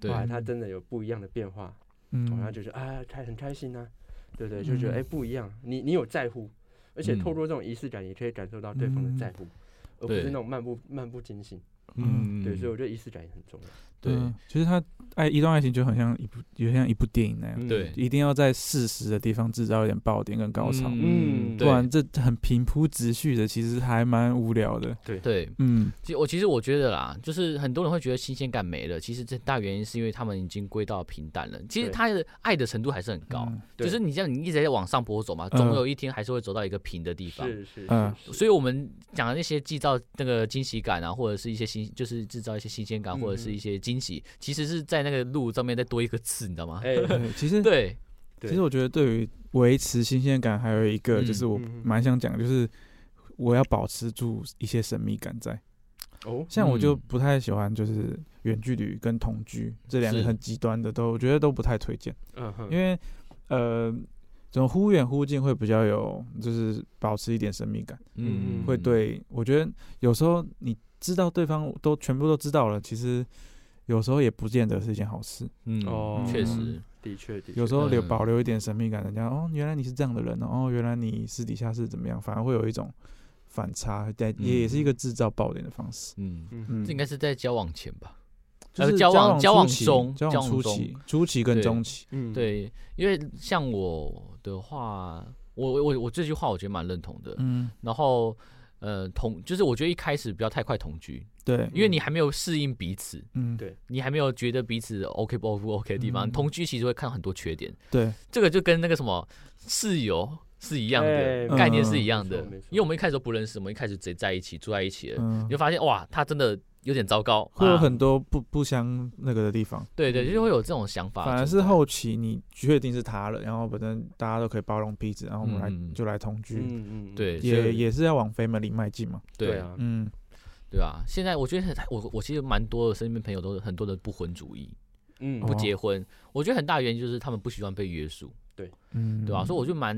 S1: 对，
S2: 哇，他真的有不一样的变化，
S4: 嗯，
S2: 然后就觉得啊开很开心呐、对不对？就觉得哎、
S4: 嗯
S2: 不一样，你你有在乎，而且透
S1: 嗯
S2: 过这种仪式感，也可以感受到对方的
S4: 嗯
S2: 在乎。而不是
S1: 对
S2: 那种漫不漫不经心，
S1: 嗯，
S2: 对，所以我觉得仪式感也很重要。
S1: 对
S4: 嗯，其实他爱一段爱情就很像一部，就像一部电影那样，
S2: 嗯
S1: 对
S4: 一定要在适时的地方制造一点爆点跟高潮，
S2: 嗯
S4: 不
S1: 对
S4: 然这很平铺直叙的，其实还蛮无聊的。
S1: 对，
S4: 嗯，
S1: 其实我其实我觉得啦，就是很多人会觉得新鲜感没了，其实最大原因是因为他们已经归到平淡了。其实
S2: 对
S1: 他的爱的程度还是很高，
S4: 嗯
S2: 对
S1: 就是你这样你一直在往上坡走嘛，
S4: 嗯
S1: 总有一天还是会走到一个平的地方。
S2: 是是，
S4: 嗯
S2: 是
S1: 所以，我们讲的那些制造那个惊喜感啊，或者是一些新，就是制造一些新鲜感，
S2: 嗯
S1: 或者是一些惊喜，其实是在那个路上面再多一个字，你知道吗？
S2: 哎，
S4: 对，其 实
S1: 对，
S4: 其实我觉得对于维持新鲜感，还有一个
S1: 嗯
S4: 就是我
S2: 嗯嗯
S4: 蛮想讲，就是我要保持住一些神秘感在。
S2: 哦，
S4: 像我就
S1: 嗯
S4: 不太喜欢就是远距离跟同居这两个
S1: 是
S4: 很极端的都，我觉得都不太推荐，
S2: 嗯哼，
S4: 因为呃，这种忽远忽近会比较有，就是保持一点神秘感，
S2: 嗯
S4: 会对我觉得有时候你知道对方都全部都知道了，其实。有时候也不见得是一件好事，
S1: 嗯，
S2: 哦
S1: 确实
S4: 嗯，
S2: 的确的确，
S4: 有时候留
S1: 嗯
S4: 保留一点神秘感，人家哦，原来你是这样的人哦，哦原来你私底下是怎么样，反而会有一种反差，但也也是一个制造爆点的方式。
S1: 嗯，
S2: 嗯
S4: 嗯
S1: 这应该是在交往前吧？
S4: 就是
S1: 呃交往
S4: 交往
S1: 交往
S4: 初期
S1: 中
S4: 交
S1: 交
S4: 往
S1: 往
S4: 初
S1: 中
S4: 期、初期跟
S1: 对
S4: 中期，
S2: 嗯，
S1: 对，因为像我的话，我我我这句话我觉得蛮认同的。
S4: 嗯，
S1: 然后呃同就是我觉得一开始不要太快同居，
S4: 对，
S2: 嗯
S1: 因为你还没有适应彼此，
S4: 嗯，
S2: 对
S1: 你还没有觉得彼此 OK 不 OK 不 OK 的地方，
S4: 嗯
S1: 同居其实会看到很多缺点。
S4: 对，
S1: 这个就跟那个什么室友是一样的
S2: 哎
S1: 概念
S4: 嗯
S1: 是一样的
S2: 没错没错，
S1: 因为我们一开始都不认识，我们一开始直接在一起住在一起了，
S4: 嗯
S1: 你就，发现哇，他真的有点糟糕，
S4: 会有
S1: 啊
S4: 很多不不相那个的地方，
S1: 对对，就会有这种想法存在。
S4: 反而是后期你确定是他了，然后反正大家都可以包容彼此，然后我们来、
S1: 嗯
S4: 就来同居，
S2: 嗯嗯，嗯，
S1: 对所
S4: 也
S1: 以
S4: 也是要往 family 迈进嘛，
S1: 对
S2: 对啊，
S4: 嗯，
S1: 对啊，现在我觉得很我我其实蛮多的身边朋友都是很多的不婚主义，
S2: 嗯，
S1: 不
S4: 哦
S1: 结婚，我觉得很大原因就是他们不喜欢被约束，
S4: 嗯，
S1: 对吧、啊所以我就蛮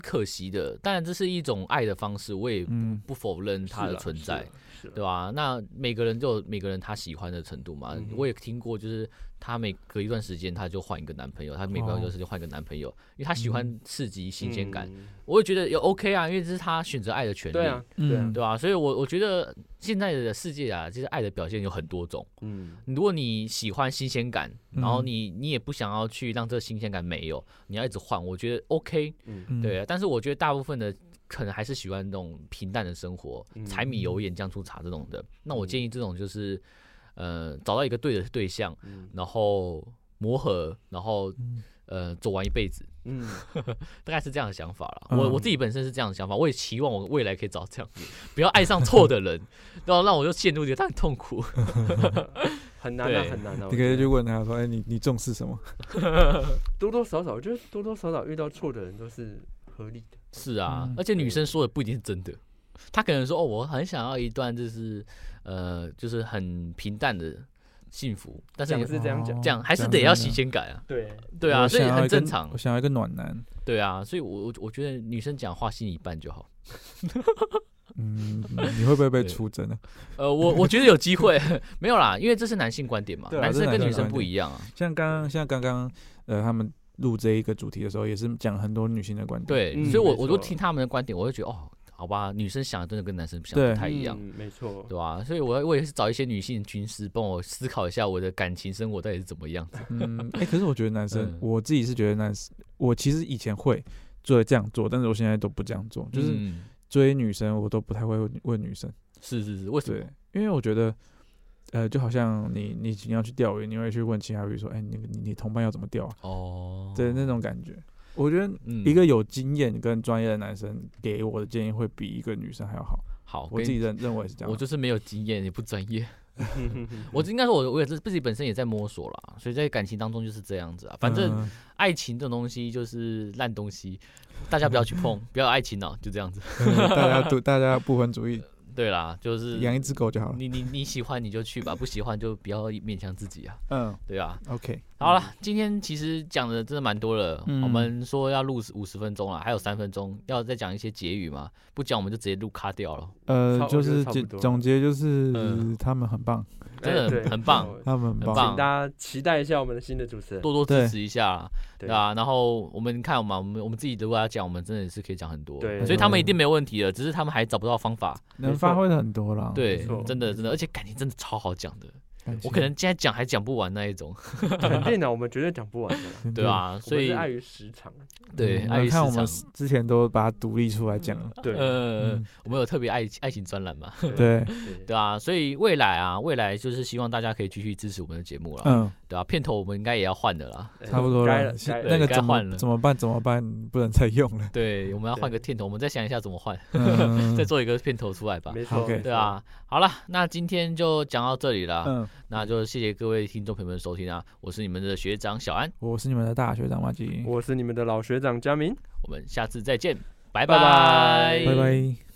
S1: 可惜的。当然这是一种爱的方式，我也
S4: 嗯
S1: 不否认它
S2: 是
S1: 的
S2: 啦
S1: 存在。，
S2: 是啦
S1: 对吧、那每个人都有每个人他喜欢的程度嘛。
S2: 嗯哼
S1: 我也听过，就是她每隔一段时间她就换一个男朋友，她每隔一段时间换一个男朋友，因为她喜欢刺激、新鲜感。，
S2: 嗯
S1: 我也觉得也 OK 啊，因为这是她选择爱的权利，
S2: 对啊，对啊
S4: 嗯，
S1: 对吧、所以我，我觉得现在的世界啊，其实爱的表现有很多种。
S2: 嗯，
S1: 如果你喜欢新鲜感，然后
S4: 嗯
S1: 你你也不想要去让这个新鲜感没有，你要一直换，我觉得 OK。
S2: 嗯
S4: 嗯
S1: 对，啊但是我觉得大部分的可能还是喜欢那种平淡的生活，
S2: 嗯
S1: 柴米油盐酱醋茶这种的。那我建议这种就是，呃，找到一个对的对象，
S2: 嗯
S1: 然后磨合，然后
S4: 嗯
S1: 呃走完一辈子，
S2: 嗯，
S1: 大概是这样的想法啦。
S4: 嗯
S1: 我我自己本身是这样的想法，我也期望我未来可以找这样子，不要爱上错的 人，然后让我就陷入一个很痛苦。
S2: 很难啊，
S1: 对
S2: 很难啊，我
S4: 你可
S2: 觉
S4: 以
S2: 得
S4: 去问他说，哎、你你重视什么？
S2: 多多少少，就是多多少少遇到错的人都是合理的，
S1: 是啊，
S4: 嗯
S1: 而且女生说的不一定是真的，她可能说哦，我很想要一段就是呃，就是很平淡的幸福，但是
S2: 讲
S1: 你
S2: 是这样讲
S4: 哦
S1: 这样还是得要新
S4: 真的
S1: 鲜感啊，
S2: 对，
S1: 对啊，
S4: 我
S1: 所以
S4: 想要
S1: 很
S4: 一个
S1: 正常
S4: 我，想要一个暖 男，
S1: 对啊，所以我我我觉得女生讲话信一半就好。
S4: 嗯，你会不会被
S1: 对
S4: 出征呢、
S1: 呃，我我觉得有机会， 没有啦，因为这是男性观点嘛，
S4: 对啊
S1: 男生
S4: 这是
S1: 跟
S4: 男
S1: 女
S4: 性
S1: 生
S4: 观嗯
S1: 不一样啊，
S4: 像刚刚像刚刚呃，他们录这一个主题的时候，也是讲很多女性的观点，
S1: 对，
S2: 嗯
S1: 所以我
S2: 没错
S1: 我都听他们的观点，我就觉得哦，好吧，女生想的真的跟男生想
S4: 对
S1: 的不太一样。
S2: 嗯，没错，
S1: 对吧、所以我我也是找一些女性军师帮我思考一下我的感情生活到底是怎么样子。
S4: 嗯，哎、可是我觉得男生，
S1: 嗯
S4: 我自己是觉得男生，我其实以前会做这样做，但是我现在都不这样做，就是
S1: 嗯
S4: 追女生我都不太会问问女生，
S1: 是是是，为什么
S4: 对？，因为我觉得，呃，就好像你你你要去钓鱼，你会去问其他鱼说，哎、你你你同伴要怎么钓啊？
S1: 哦，
S4: 对，那种感觉，我觉得。
S1: 嗯
S4: 一个有经验跟专业的男生给我的建议会比一个女生还要好，
S1: 好，
S4: 我
S1: 跟
S4: 自己啊认认为是这样。
S1: 我就是没有经验，也不专 业。
S2: 嗯哼哼
S1: 我应该说我，我也是自己本身也在摸索啦，所以在感情当中就是这样子啊。反正
S4: 嗯
S1: 爱情这种东西就是烂东西，大家不要去碰，不要有爱情脑，就这样子。
S4: 嗯大家都大家不婚主义，
S1: 对啦，就是
S4: 养一只狗就好了。
S1: 你你你喜欢你就去吧，不喜欢就不要勉强自己啊，
S4: 嗯
S1: 对啊。
S4: ，OK，
S1: 好了，今天其实讲的真的蛮多了。
S4: 嗯
S1: 我们说要录五十分钟了，还有三分钟，要再讲一些结语嘛？不讲我们就直接录卡掉了。
S4: 呃
S2: 差，
S4: 就
S2: 我觉得
S4: 是
S2: 差不
S4: 总
S2: 多
S4: 总结就是、
S1: 嗯
S4: 他们很棒，
S1: 真的
S2: 哎对
S1: 很棒
S2: 我
S4: 他们很
S1: 很
S4: 棒，
S1: 棒
S2: 请大家期待一下我们的新的主持人，
S1: 多多
S4: 对
S1: 支持一下啦，对
S2: 对
S1: 啊。然后我们看嘛，我们我们自己如果要讲，我们真的也是可以讲很多，
S2: 对
S1: 所以他们一定没有问题的，只是他们还找不到方法。
S4: 能发挥的很多啦。
S1: 对
S2: 没错，
S1: 真的真的，而且感情真的超好讲的，
S4: 感谢，
S1: 我可能现在讲还讲不完那一种，
S2: 肯定的，我们绝对讲不完的啦。
S4: 真的
S1: 对，啊，所
S2: 我们
S1: 以
S2: 是碍于时长，
S1: 对
S4: 嗯
S1: 碍于市
S4: 看我们
S1: 场。
S4: 之前都把它独立出来讲了，
S2: 对
S1: 呃
S4: 嗯，
S1: 我们有特别爱爱情专栏嘛，
S4: 对，
S1: 对啊，所以未来啊，未来就是希望大家可以继续支持我们的节目了，
S4: 嗯，
S1: 对啊，片头我们应该也要换的啦，
S2: 对
S4: 差不多
S2: 该了，
S4: 是
S2: 该了
S4: 那
S1: 嗯
S4: 个
S1: 该
S4: 怎
S1: 换
S4: 么
S1: 了
S4: 怎么办？怎么办？不能再用 了。
S1: 对，我们要换
S2: 对
S1: 个片头，我们再想一下怎么换，
S4: 嗯
S1: 再做一个片头出来吧，
S2: 没错，
S4: OK
S2: 没错
S1: 对，啊，好了，那今天就讲到这里了，
S4: 嗯，
S1: 那就谢谢各位听众朋友们的收听啊，我是你们的学长小安，
S4: 我是你们的大学长马吉，
S2: 我是你们的老学长佳明。
S1: 我们下次再见，
S2: 拜
S1: 拜
S2: 拜
S4: 拜拜。